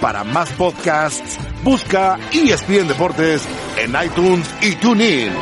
Speaker 10: Para más podcasts, busca ESPN Deportes en iTunes y TuneIn.